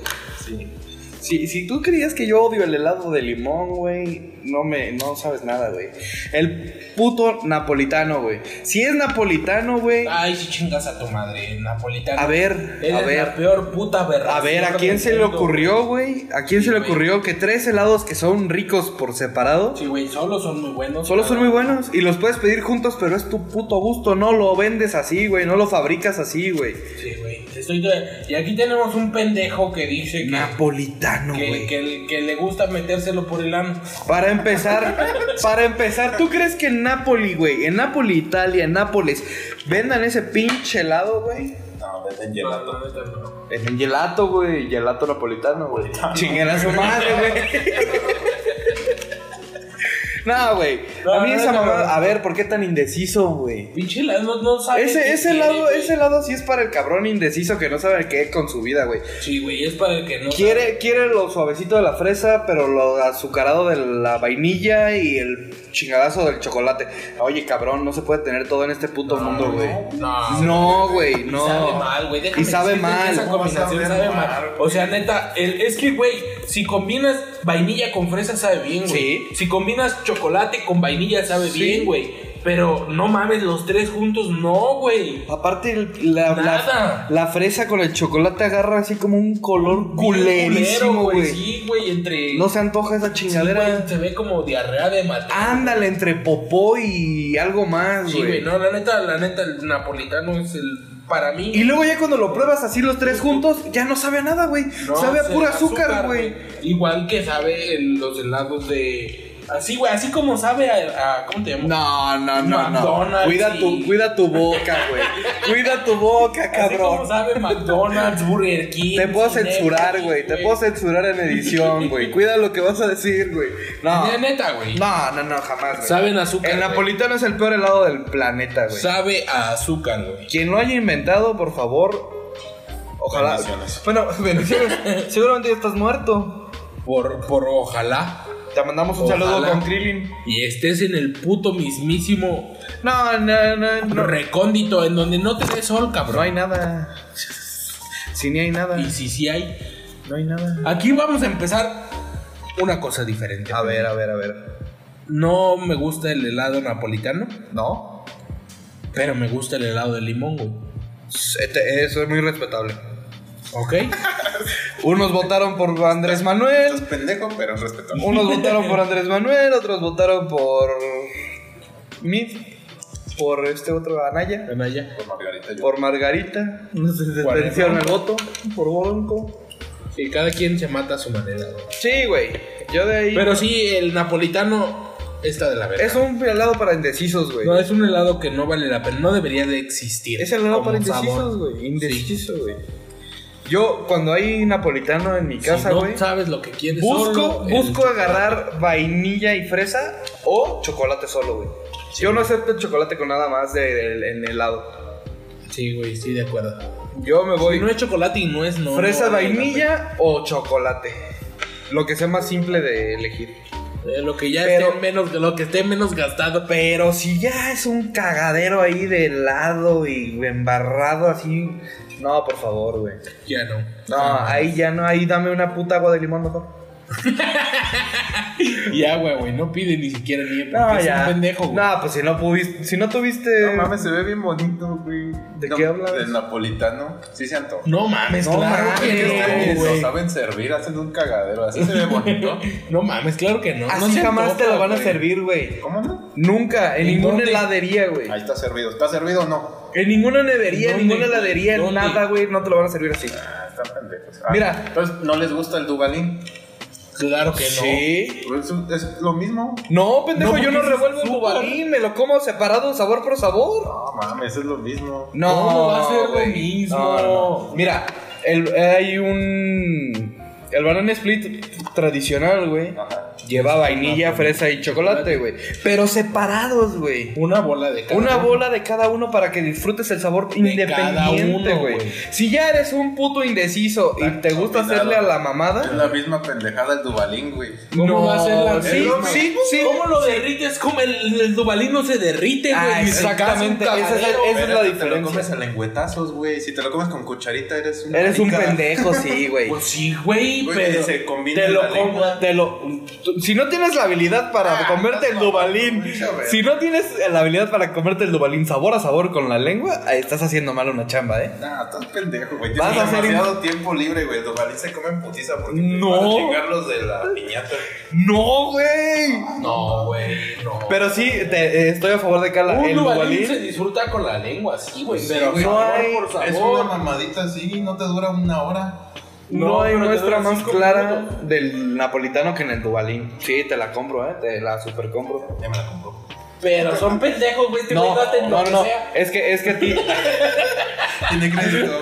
Speaker 2: Si, si tú creías que yo odio el helado de limón, güey, no me, no sabes nada, güey. El puto napolitano, güey. Si es napolitano, güey,
Speaker 3: Ay, si chingas a tu madre, napolitano.
Speaker 2: a ver,
Speaker 3: Eres
Speaker 2: a
Speaker 3: la
Speaker 2: ver,
Speaker 3: peor puta verdad.
Speaker 2: a ver, ¿a quién se le ocurrió, güey? ¿A quién
Speaker 3: Sí,
Speaker 2: se le
Speaker 3: güey.
Speaker 2: ocurrió que tres helados que son ricos por separado
Speaker 3: Sí, güey, solo son muy buenos.
Speaker 2: Solo son muy buenos y los puedes pedir juntos, pero es tu puto gusto. No lo vendes así, güey. No lo fabricas así, güey.
Speaker 3: Sí, güey. Estoy de- Y aquí tenemos un pendejo que dice que,
Speaker 2: Napolitano,
Speaker 3: que,
Speaker 2: güey.
Speaker 3: que- que le gusta metérselo por el ano.
Speaker 2: Para empezar, para empezar, ¿tú crees que en Napoli, güey, en Napoli, Italia, en Nápoles, vendan ese pinche helado, güey?
Speaker 5: No, venden gelato.
Speaker 2: Es en gelato, güey, gelato napolitano, güey. Chinguen a su madre, güey. No, güey.
Speaker 3: No,
Speaker 2: a mí
Speaker 3: no,
Speaker 2: esa
Speaker 3: no,
Speaker 2: mamada.
Speaker 3: no.
Speaker 2: A ver, ¿por qué tan indeciso, güey?
Speaker 3: Pinche helado, no, no sabe. qué
Speaker 2: Ese, ese
Speaker 3: quiere,
Speaker 2: lado,
Speaker 3: güey.
Speaker 2: ese lado sí es para el cabrón indeciso que no sabe qué con su vida, güey.
Speaker 3: Sí, güey, es para el que no.
Speaker 2: Quiere, quiere lo suavecito de la fresa, pero lo azucarado de la vainilla y el chingadazo del chocolate. Oye, cabrón, no se puede tener todo en este puto mundo, güey.
Speaker 3: No.
Speaker 2: No, güey,
Speaker 3: Y
Speaker 2: no.
Speaker 3: sabe mal, güey. déjame
Speaker 2: Y sabe
Speaker 3: decirte que
Speaker 2: mal.
Speaker 3: Esa combinación
Speaker 5: Vas a
Speaker 3: sabe
Speaker 5: ver
Speaker 3: mal.
Speaker 5: mal.
Speaker 3: O sea, neta, el- es que, güey, si combinas vainilla con fresa, sabe bien, güey.
Speaker 2: Sí.
Speaker 3: Si combinas chocolate con vainilla, sabe
Speaker 2: Sí.
Speaker 3: bien, güey. Pero no mames, los tres juntos, no, güey.
Speaker 2: Aparte, el- la,
Speaker 3: Nada.
Speaker 2: la, la fresa con el chocolate agarra así como un color
Speaker 3: Culero,
Speaker 2: culerísimo, güey.
Speaker 3: Sí, güey, entre.
Speaker 2: No se antoja esa
Speaker 3: Sí,
Speaker 2: chingadera. Ah,
Speaker 3: güey, se ve como diarrea de matar.
Speaker 2: Ándale, entre popó y algo más,
Speaker 3: Sí, güey, no, la neta, la neta, el napolitano es el. Para mí.
Speaker 2: Y luego ya cuando lo pruebas así los tres juntos, ya no sabe a nada, güey.
Speaker 3: No,
Speaker 2: sabe a
Speaker 3: sí,
Speaker 2: pura azúcar, güey.
Speaker 3: Igual que sabe el- los helados de Así, güey, así como sabe a, a- ¿cómo te llamas?
Speaker 2: No, no, no, no.
Speaker 3: McDonald's,
Speaker 2: Cuida
Speaker 3: sí.
Speaker 2: tu, cuida tu boca, güey. Cuida tu boca,
Speaker 3: Así como
Speaker 2: cabrón.
Speaker 3: sabe McDonald's, Burger King.
Speaker 2: Te puedo
Speaker 3: Cinépolis,
Speaker 2: censurar, güey. Te puedo censurar en edición, güey. Cuida lo que vas a decir, güey. No.
Speaker 3: Neta, Neta, güey.
Speaker 2: No, no, no, jamás. güey.
Speaker 3: Saben azúcar.
Speaker 2: El
Speaker 3: güey.
Speaker 2: napolitano es el peor helado del planeta, güey.
Speaker 3: Sabe a azúcar, güey.
Speaker 2: Quien lo haya inventado, por favor. Ojalá.
Speaker 4: Bendiciones.
Speaker 2: Bueno, bendiciones. Seguramente ya estás muerto.
Speaker 3: Por, por ojalá.
Speaker 2: Te mandamos un saludo
Speaker 3: Ojalá.
Speaker 2: con Krillin.
Speaker 3: Y estés en el puto mismísimo
Speaker 2: No, no, no, no.
Speaker 3: recóndito en donde no te dé sol,
Speaker 2: No
Speaker 3: cabrón.
Speaker 2: hay nada. Si ni hay nada.
Speaker 3: Y si sí hay.
Speaker 2: No hay nada.
Speaker 3: Aquí vamos a empezar una cosa diferente.
Speaker 2: A ver, a ver, a ver.
Speaker 3: No me gusta el helado napolitano,
Speaker 2: ¿No?
Speaker 3: pero me gusta el helado de limón, güey.
Speaker 2: Este- eso es muy respetable.
Speaker 3: ¿Ok?
Speaker 2: Unos votaron por Andrés Manuel.
Speaker 5: Estás pendejo, pero respetable.
Speaker 2: Unos votaron por Andrés Manuel, otros votaron por mí, por este otro Anaya,
Speaker 3: Anaya.
Speaker 2: por Margarita, no sé si
Speaker 3: ¿Cuál
Speaker 2: sentenciaron
Speaker 3: es?
Speaker 2: el voto, por Bonco.
Speaker 3: Sí, cada quien se mata a su manera, güey.
Speaker 2: Sí, güey, yo de ahí...
Speaker 3: Pero sí, el napolitano está de la verga.
Speaker 2: es un helado para indecisos, güey.
Speaker 3: No, es un helado que no vale la pena, no debería de existir.
Speaker 2: es el helado
Speaker 3: como
Speaker 2: para
Speaker 3: sabor.
Speaker 2: indecisos, güey. Indeciso, güey. Yo, cuando hay napolitano en mi
Speaker 3: Si
Speaker 2: casa,
Speaker 3: no
Speaker 2: güey,
Speaker 3: sabes lo que quieres.
Speaker 2: busco,
Speaker 3: solo el
Speaker 2: busco
Speaker 3: chocolate.
Speaker 2: agarrar vainilla y fresa o chocolate solo, güey. Yo no acepto el chocolate con nada más de, de- en helado.
Speaker 3: Sí, güey, sí, de acuerdo.
Speaker 2: Yo me voy...
Speaker 3: Si no es chocolate y no es, no.
Speaker 2: ¿Fresa,
Speaker 3: no vale la
Speaker 2: vainilla o chocolate? Lo que sea más simple de elegir.
Speaker 3: pena. Eh, lo que ya
Speaker 2: Pero-
Speaker 3: esté menos, lo que esté menos gastado.
Speaker 2: Pero si ya es un cagadero ahí de helado y embarrado así. No, por favor, güey.
Speaker 3: Ya no.
Speaker 2: No,
Speaker 3: Ah.
Speaker 2: ahí ya no, ahí dame una puta agua de limón mejor.
Speaker 3: Ya, güey, güey, no pide ni siquiera ni
Speaker 2: No,
Speaker 3: es
Speaker 2: ya.
Speaker 3: un pendejo, güey.
Speaker 2: No, pues si no pudiste, si no tuviste.
Speaker 5: No mames, se ve bien bonito, güey.
Speaker 2: ¿De qué hablas?
Speaker 4: Del napolitano. Sí se antoja.
Speaker 3: No mames,
Speaker 2: No
Speaker 3: claro
Speaker 2: mames,
Speaker 3: que
Speaker 2: no,
Speaker 3: no,
Speaker 4: Ustedes
Speaker 3: güey.
Speaker 4: lo saben servir, hacen un cagadero. Así se ve bonito.
Speaker 3: No mames, claro que no. no
Speaker 2: Así
Speaker 3: se
Speaker 2: jamás
Speaker 3: antoja,
Speaker 2: te lo van a
Speaker 3: güey.
Speaker 2: servir, güey.
Speaker 4: ¿Cómo no?
Speaker 2: Nunca, en
Speaker 3: ¿En
Speaker 2: ninguna
Speaker 3: dónde?
Speaker 2: heladería, güey.
Speaker 4: Ahí está servido. ¿Está servido o no?
Speaker 2: En ninguna nevería, en
Speaker 3: ¿Dónde?
Speaker 2: ninguna heladería, en
Speaker 3: ¿Dónde?
Speaker 2: nada, güey, no te lo van a servir así.
Speaker 4: Ah, están pendejos. Ah,
Speaker 2: Mira.
Speaker 4: Entonces, ¿no les gusta el Dubalín?
Speaker 3: Claro que no.
Speaker 4: Es, es lo mismo.
Speaker 2: No, pendejo,
Speaker 3: No,
Speaker 2: yo no
Speaker 3: porque es
Speaker 2: revuelvo el
Speaker 3: azúcar.
Speaker 2: bubalín, me lo como separado sabor por sabor.
Speaker 4: No mames, es lo mismo.
Speaker 2: No,
Speaker 3: ¿Cómo va a ser lo
Speaker 2: güey.
Speaker 3: mismo?
Speaker 2: Mira, el- hay un. El banana split tradicional, güey.
Speaker 4: Ajá.
Speaker 2: Lleva vainilla, fresa y chocolate, güey. Pero separados, güey.
Speaker 3: Una bola de cada
Speaker 2: Una
Speaker 3: uno.
Speaker 2: bola de cada uno para que disfrutes el sabor
Speaker 3: De cada
Speaker 2: independiente,
Speaker 3: uno,
Speaker 2: güey.
Speaker 3: güey.
Speaker 2: Si ya eres un puto indeciso y te gusta
Speaker 4: combinado.
Speaker 2: hacerle a la
Speaker 4: Es
Speaker 2: mamada,
Speaker 4: la misma pendejada el Dubalín, güey.
Speaker 3: ¿Cómo va a ser la
Speaker 2: sí,
Speaker 3: misma?
Speaker 2: sí, sí.
Speaker 3: ¿Cómo lo derrites? Como el, el Dubalín no se derrite, güey.
Speaker 2: Ah,
Speaker 3: ni se
Speaker 2: exactamente,
Speaker 3: casa un
Speaker 2: esa es la- esa
Speaker 3: cagadero.
Speaker 2: es la
Speaker 4: Pero Te lo
Speaker 2: diferencia.
Speaker 4: comes a lengüetazos, güey. Si te lo comes con cucharita, eres un.
Speaker 2: eres un
Speaker 4: marica.
Speaker 2: pendejo, sí, güey.
Speaker 3: Pues sí, güey,
Speaker 4: Güey,
Speaker 3: pero
Speaker 4: se combina
Speaker 3: te
Speaker 4: la
Speaker 3: lo
Speaker 4: lengua.
Speaker 3: como.
Speaker 2: Te lo- tú- si no tienes la habilidad para comerte el dubalín, si no tienes la habilidad para comerte el dubalín sabor a sabor con la lengua, eh, estás haciendo mal una chamba, ¿eh?
Speaker 4: Nah, estás pendejo, güey.
Speaker 2: Vas
Speaker 4: Tienes
Speaker 2: a hacer-
Speaker 4: demasiado tiempo libre, güey. El Dubalín se come en putiza porque
Speaker 2: No.
Speaker 4: van a chingar los de la piñata.
Speaker 2: No, güey.
Speaker 3: No, güey, no.
Speaker 2: Pero sí, te- eh, estoy a favor de que la,
Speaker 3: un
Speaker 2: el
Speaker 3: Dubalín se
Speaker 2: dubalín.
Speaker 3: disfruta con la lengua, sí, güey.
Speaker 4: Sí,
Speaker 3: pero
Speaker 4: güey.
Speaker 3: sabor
Speaker 2: No hay-
Speaker 3: por sabor.
Speaker 4: Es una mamadita así, no te dura una hora.
Speaker 2: No,
Speaker 3: No,
Speaker 2: hay
Speaker 3: pero te
Speaker 2: muestra
Speaker 3: dura
Speaker 2: más
Speaker 3: cinco
Speaker 2: clara
Speaker 3: minutos.
Speaker 2: del napolitano que en el dubalín. Sí, te la compro, ¿eh? Te la super compro.
Speaker 4: Ya me la compró.
Speaker 3: Pero son pendejos, güey. Este güey
Speaker 2: No,
Speaker 3: hacen lo
Speaker 2: no,
Speaker 3: que
Speaker 2: no.
Speaker 3: sea.
Speaker 2: Es que, es que a ti,
Speaker 4: Tiene crédito.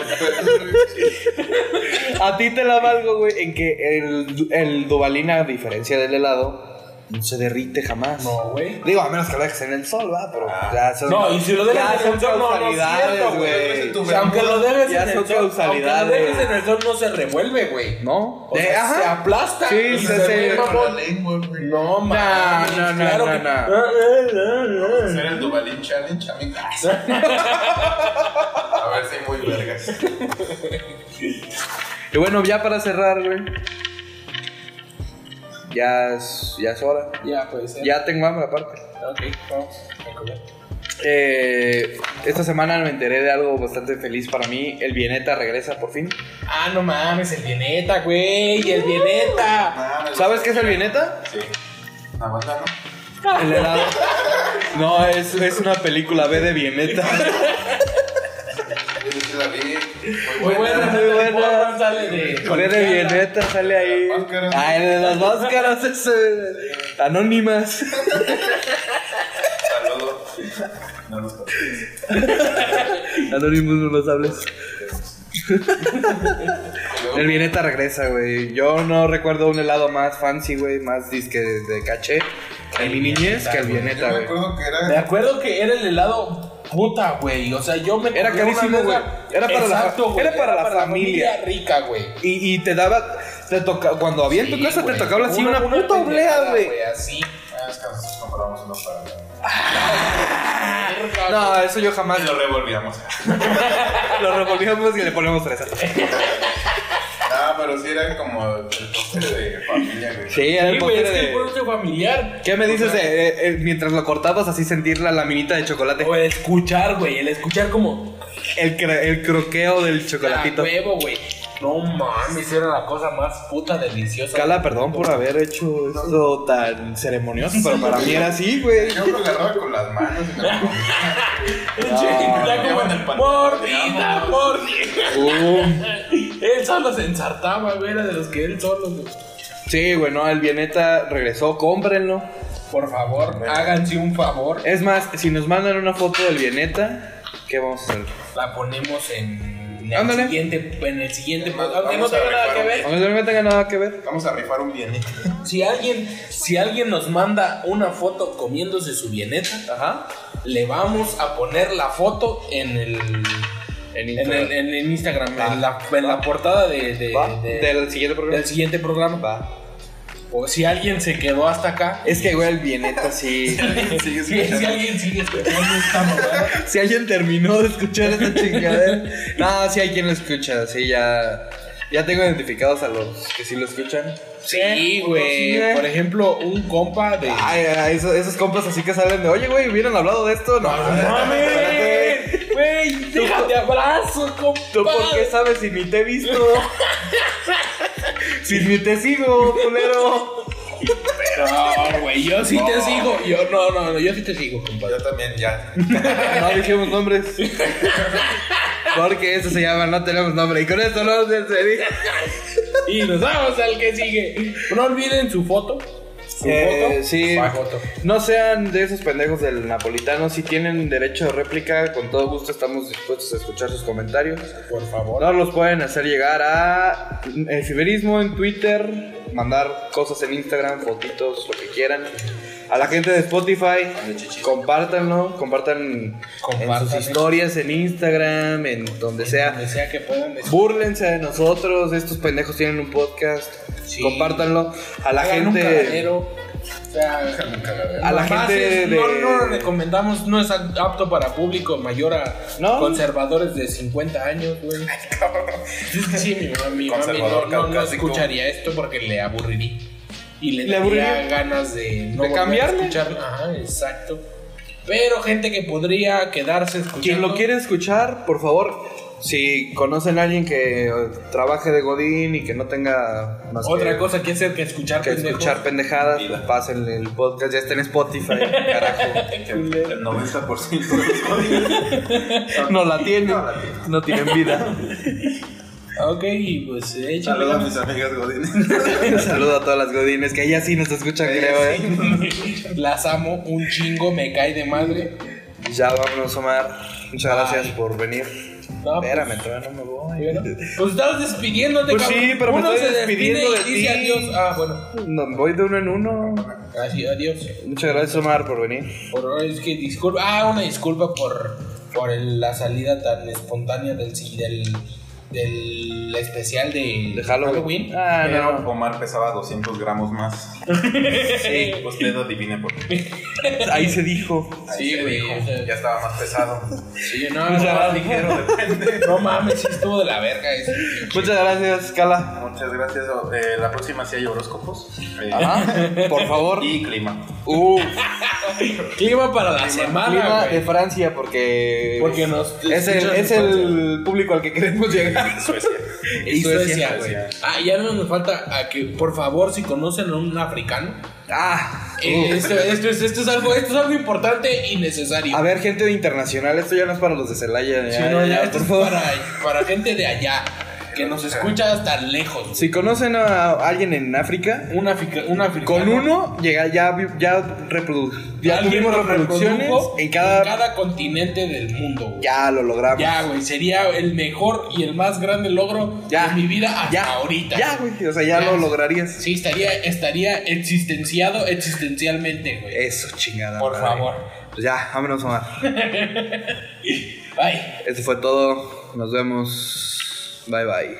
Speaker 2: a ti te la valgo, güey, en que el, el dubalín, a diferencia del helado, no se derrite jamás.
Speaker 3: No, Ah. güey.
Speaker 2: Digo, a menos que lo dejes en el sol, va, pero ya son.
Speaker 3: No, y si lo dejas
Speaker 2: ya
Speaker 3: en el
Speaker 2: son
Speaker 3: sol, no, no es
Speaker 2: causalidades,
Speaker 3: cierto, güey.
Speaker 2: güey.
Speaker 3: O sea, aunque lo dejes
Speaker 2: Ya
Speaker 3: en
Speaker 2: son
Speaker 3: el sol, aunque lo dejes en
Speaker 2: causalidades.
Speaker 3: el sol no se revuelve, güey.
Speaker 2: ¿No?
Speaker 3: O
Speaker 2: Eh,
Speaker 3: sea,
Speaker 2: ajá.
Speaker 3: se aplasta.
Speaker 2: Sí,
Speaker 3: y
Speaker 2: sí,
Speaker 3: se
Speaker 2: sí.
Speaker 3: ve,
Speaker 4: Con
Speaker 3: mamón.
Speaker 4: la lengua, güey.
Speaker 3: No, mames,
Speaker 2: no, no,
Speaker 3: claro
Speaker 2: no,
Speaker 3: que-
Speaker 2: no.
Speaker 3: Ah, ah, ah,
Speaker 4: Hacer el Dubalín Challenge, amigas. A ver si muy vergas.
Speaker 2: Y bueno, ya para cerrar, güey. Ya es, ya es hora.
Speaker 3: ah. Ya, pues. eh.
Speaker 2: Ya tengo hambre aparte.
Speaker 3: Ok, vamos a comer.
Speaker 2: Eh, esta semana me enteré de algo bastante feliz para mí. El Vieneta regresa por fin.
Speaker 3: Ah, no mames, el Vieneta, güey.
Speaker 2: Uh.
Speaker 3: El Vieneta.
Speaker 2: Ah, ¿Sabes qué es el Vieneta?
Speaker 4: Ah, Sí. Aguanta, ¿no?
Speaker 2: El helado. No, es, es una película B de Vieneta.
Speaker 4: Yo sí la vi.
Speaker 3: Muy buena,
Speaker 2: muy
Speaker 3: muy
Speaker 2: buena.
Speaker 3: buena. Sale de.
Speaker 2: B de Vieneta sale ahí.
Speaker 4: Las máscaras.
Speaker 2: Ah, el de las máscaras ese. Anónimas.
Speaker 5: Saludo. No nos toques.
Speaker 2: Anónimos no los hables. El Vieneta regresa, güey. Yo no recuerdo un helado más fancy, güey, más disque de caché en mi niñez que el Vieneta,
Speaker 5: Yo me
Speaker 2: güey.
Speaker 5: acuerdo que
Speaker 3: Me
Speaker 5: era.
Speaker 3: acuerdo que era el helado puta, güey. O sea, yo me.
Speaker 2: Era
Speaker 3: comí una
Speaker 2: carísimo,
Speaker 3: vez la-
Speaker 2: güey. Era para la-
Speaker 3: Exacto, güey.
Speaker 2: era para la familia.
Speaker 3: rica, güey.
Speaker 2: Y, y te daba, te toca, cuando había en tu
Speaker 3: Sí,
Speaker 2: casa
Speaker 3: güey.
Speaker 2: te tocaba así una, puta oblea,
Speaker 3: pendejada,
Speaker 2: güey.
Speaker 3: Así.
Speaker 5: Ah, es que nosotros compramos uno para.
Speaker 3: Verga,
Speaker 2: No, eso yo jamás.
Speaker 5: Y Ah, lo revolvíamos.
Speaker 2: Lo revolvíamos y le ponemos fresa.
Speaker 5: Ah, pero sí era como el postre de familia, güey.
Speaker 2: Sí, era
Speaker 3: güey.
Speaker 2: el
Speaker 3: Sí, güey,
Speaker 2: postre
Speaker 3: es que
Speaker 2: de-
Speaker 3: el producto familiar.
Speaker 2: ¿Qué me dices de, eh, eh, mientras lo cortabas así sentir la laminita de chocolate?
Speaker 3: O el escuchar, güey. El escuchar como.
Speaker 2: El, cra- el croqueo del
Speaker 3: La
Speaker 2: chocolatito.
Speaker 3: huevo, güey. No mames, era la cosa más puta deliciosa.
Speaker 2: Cala, perdón por haber hecho eso tan ceremonioso, pero para mí era así, güey.
Speaker 5: Yo lo agarraba con las manos y me lo comía.
Speaker 3: Era como,
Speaker 5: en el pan-
Speaker 3: mordida, mordida.
Speaker 2: Um,
Speaker 3: Él solo se ensartaba, güey. Era de los que él solo. güey.
Speaker 2: sí, güey, no, el Vieneta regresó, cómprenlo.
Speaker 3: Por favor, háganse un favor.
Speaker 2: Es más, si nos mandan una foto del Vieneta, ¿qué vamos a hacer?
Speaker 3: La ponemos en el
Speaker 2: Ándale.
Speaker 3: siguiente. En el siguiente.
Speaker 5: Vamos
Speaker 3: Aunque no
Speaker 5: a
Speaker 3: tenga nada
Speaker 5: rifar
Speaker 3: que
Speaker 5: un-
Speaker 3: ver.
Speaker 2: Aunque no tenga nada que ver.
Speaker 5: Vamos a rifar un bien.
Speaker 3: Si alguien, si alguien nos manda una foto comiéndose su bieneta,
Speaker 2: Ajá.
Speaker 3: le vamos a poner la foto en el.
Speaker 2: En
Speaker 3: En, el, en el Instagram, en, la, en la portada de, de-
Speaker 2: Va,
Speaker 3: de-
Speaker 2: Del siguiente programa.
Speaker 3: del siguiente programa.
Speaker 2: Va.
Speaker 3: O si alguien se quedó hasta acá.
Speaker 2: Es que, güey, el Vieneta sí.
Speaker 3: Si, si alguien sigue escuchando esta mamada,
Speaker 2: Si alguien terminó de escuchar esa chingadera. No, si hay quien lo escucha, sí, ya. Ya tengo identificados a los que sí lo escuchan.
Speaker 3: Sí, güey.
Speaker 2: Sí, güey.
Speaker 3: Por ejemplo, un compa de.
Speaker 2: Ay, ay, esos, esos compas así que salen de, oye, güey, hubieran hablado de esto. No, espérate.
Speaker 3: ¡Güey! ¡Déjate abrazo, compa!
Speaker 2: ¿Tú por qué sabes si ni te he visto? si ni te sigo, culero.
Speaker 3: No, güey, yo sí te sigo. Yo no, no, no, yo sí te sigo, compadre.
Speaker 5: Yo también, ya.
Speaker 2: No dijimos nombres. Porque eso se llama No tenemos nombre. Y con esto no se despedimos.
Speaker 3: Y nos vamos al que sigue. No olviden su foto. Su
Speaker 2: Eh,
Speaker 3: foto.
Speaker 2: sí.
Speaker 3: Su foto.
Speaker 2: No sean de esos pendejos del napolitano. Si tienen derecho de réplica, con todo gusto estamos dispuestos a escuchar sus comentarios.
Speaker 3: Por favor.
Speaker 2: No los pueden hacer llegar a el fiberismo en Twitter, mandar cosas en Instagram, fotitos, lo que quieran. A la gente de Spotify, compártanlo, compartan en sus
Speaker 3: Compartan.
Speaker 2: historias en Instagram, en donde sea.
Speaker 3: Donde sea que puedan decir.
Speaker 2: Búrlense de nosotros, estos pendejos tienen un podcast.
Speaker 3: Sí.
Speaker 2: Compártanlo a la
Speaker 3: Hagan un
Speaker 2: gente
Speaker 3: cagadero. O sea,
Speaker 2: A la
Speaker 3: lo más
Speaker 2: gente
Speaker 3: es- no,
Speaker 2: de-
Speaker 3: no lo recomendamos, no es apto para público mayor a
Speaker 2: No.
Speaker 3: conservadores de 50 años, güey. Es que sí, mi mamá, mi mami no,
Speaker 5: Conservador
Speaker 3: no- no
Speaker 5: caucásico.
Speaker 3: escucharía esto porque le aburriría. Y le,
Speaker 2: Le
Speaker 3: daría
Speaker 2: aburriría.
Speaker 3: ganas de no
Speaker 2: De
Speaker 3: volver a
Speaker 2: cambiarle.
Speaker 3: escucharlo. Ajá, exacto. Pero gente que podría quedarse escuchando.
Speaker 2: Quien lo quiere escuchar, por favor, si conocen a alguien que eh, trabaje de Godín y que no tenga más
Speaker 3: Otra
Speaker 2: que,
Speaker 3: cosa que hacer que escuchar
Speaker 2: que
Speaker 3: pendejos.
Speaker 2: escuchar pendejadas, pues pásenle el podcast, ya está en Spotify, carajo.
Speaker 5: El 90% de los códigos.
Speaker 2: No la tienen, no tienen vida.
Speaker 3: Ok, pues échale.
Speaker 5: Saludos a mis amigas Godín.
Speaker 2: Saludo a todas las Godines, que ellas sí nos escuchan, creo, eh.
Speaker 3: Las amo un chingo, me cae de madre.
Speaker 2: Ya vámonos, Omar. Muchas gracias por venir.
Speaker 3: No, pues,
Speaker 2: Espérame, todavía no me voy.
Speaker 3: Bueno, Pues estabas despidiéndote,
Speaker 2: Pues sí,
Speaker 3: cabrón.
Speaker 2: pero me
Speaker 3: Uno
Speaker 2: estoy
Speaker 3: se despide
Speaker 2: despidiendo
Speaker 3: y
Speaker 2: de
Speaker 3: dice
Speaker 2: ti.
Speaker 3: adiós. Ah, bueno.
Speaker 2: No, voy de uno en uno.
Speaker 3: Así, adiós.
Speaker 2: Muchas gracias, Omar, por venir.
Speaker 3: Por, es que disculpa. Ah, una disculpa por, por el- la salida tan espontánea del, sí- del, del especial de,
Speaker 2: De Halloween.
Speaker 3: Halloween.
Speaker 2: Ah,
Speaker 5: Pero
Speaker 2: no.
Speaker 5: Omar pesaba 200 gramos más.
Speaker 2: Sí,
Speaker 5: Usted adivine por qué.
Speaker 2: ahí se dijo.
Speaker 5: Ahí
Speaker 3: Sí,
Speaker 5: se
Speaker 3: güey,
Speaker 5: dijo,
Speaker 3: o sea-
Speaker 5: Ya estaba más pesado.
Speaker 3: Sí, no,
Speaker 2: Muchas
Speaker 3: no,
Speaker 2: gracias.
Speaker 5: Ligero, depende.
Speaker 3: no mames, sí estuvo de la verga eso.
Speaker 2: Muchas gracias, Cala.
Speaker 5: Muchas gracias. Eh, la próxima sí hay horóscopos. Eh,
Speaker 2: Ah. Ajá, por favor.
Speaker 5: Y clima.
Speaker 2: Uh,
Speaker 3: Clima para la semana,
Speaker 2: clima
Speaker 3: güey.
Speaker 2: de Francia porque
Speaker 3: Porque nos
Speaker 2: es el,
Speaker 3: escuchan
Speaker 2: es
Speaker 3: en
Speaker 2: el público al que queremos llegar. pues,
Speaker 5: Suecia.
Speaker 3: Y Suecia, güey.
Speaker 5: Suecia.
Speaker 3: Ah, ya no nos falta a que, por favor, si conocen a un africano,
Speaker 2: Ah,
Speaker 3: eh,
Speaker 2: uh.
Speaker 3: esto, esto es, esto, es algo, esto es algo importante y necesario.
Speaker 2: a ver gente internacional, esto ya no es para los de Celaya.
Speaker 3: Sí,
Speaker 2: ya,
Speaker 3: no,
Speaker 2: ya,
Speaker 3: ya,
Speaker 2: ya,
Speaker 3: esto
Speaker 2: por
Speaker 3: es
Speaker 2: favor.
Speaker 3: Para, para gente de allá. que nos escucha hasta lejos.
Speaker 2: Si conocen a alguien en África,
Speaker 3: güey. Un, africa- un africano.
Speaker 2: con uno llega, ya, vi- ya, reprodu- ya
Speaker 3: Alguien
Speaker 2: tuvimos
Speaker 3: nos
Speaker 2: reproducciones
Speaker 3: reprodujo
Speaker 2: en cada,
Speaker 3: continente del mundo. güey.
Speaker 2: Ya lo logramos.
Speaker 3: Ya, güey, sería el mejor y el más grande logro
Speaker 2: Ya.
Speaker 3: de mi vida hasta
Speaker 2: Ya,
Speaker 3: ahorita.
Speaker 2: Ya, güey. O sea, ya,
Speaker 3: Ya.
Speaker 2: lo lograrías.
Speaker 3: Sí, estaría, estaría existenciado existencialmente, güey.
Speaker 2: Eso, chingada.
Speaker 3: Por
Speaker 2: madre.
Speaker 3: favor.
Speaker 2: Pues ya, vámonos, Omar.
Speaker 3: Ay,
Speaker 2: Esto fue todo. Nos vemos. Bye, bye.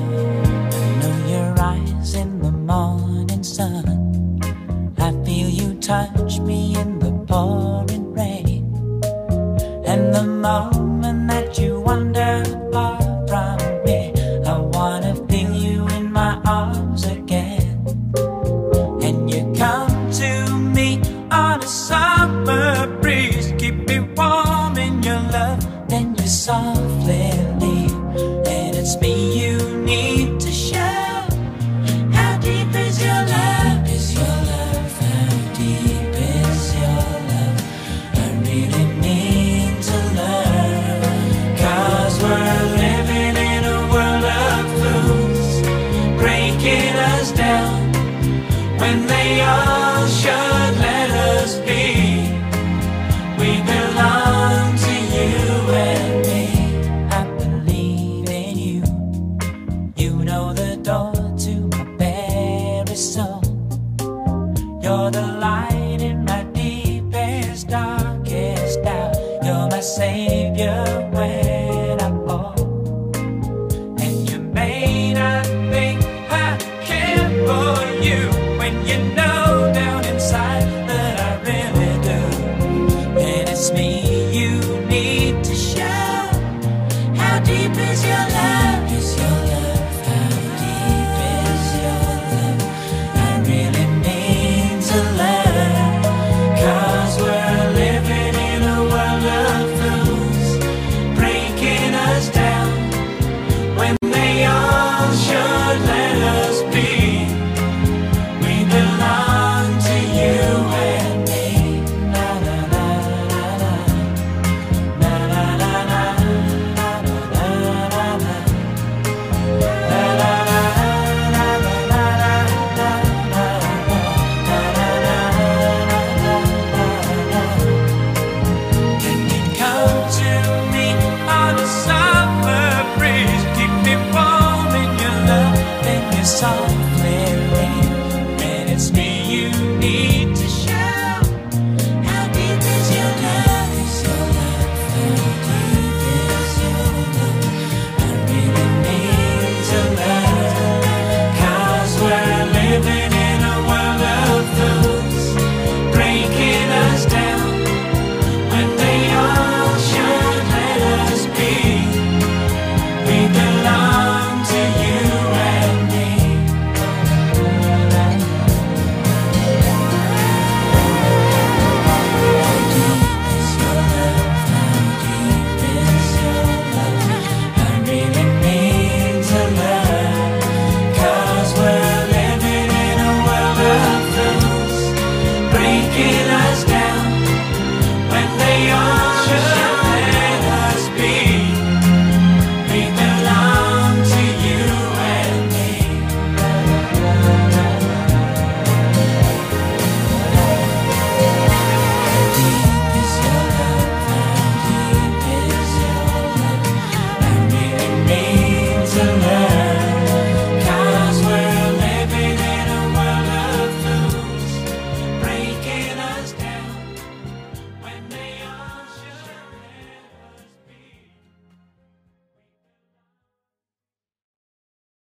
Speaker 8: know your eyes in the morning sun. I feel you touch me in the pouring rain. And the moment that you wander far from me, I wanna feel you in my arms again. And you come to me on a summer breeze. Keep me warm in your love, then you softly leave. And it's me you need to show. How deep is your love? Is your love? How deep is your love? I really need to learn. Cause we're living in a world of fools, breaking us down when they all should let us be. We belong to you and me. I believe in you. You know the door to my very soul. You're the light in my deepest, darkest doubt. You're my savior when I fall. And you may not think I care for you when you know down inside that I really do. And it's me you need to show. How deep is your love? Is your love? How deep is your love? I really mean to learn. Cause we're living in a world of fools, breaking us down when they all should let us be. We belong to you and me. La la la la la. La la la la. La la la la la. La la la la la la la la la la. La la la la la la la. Can you come to me on a summer breeze? Keep me warm in your love and your song.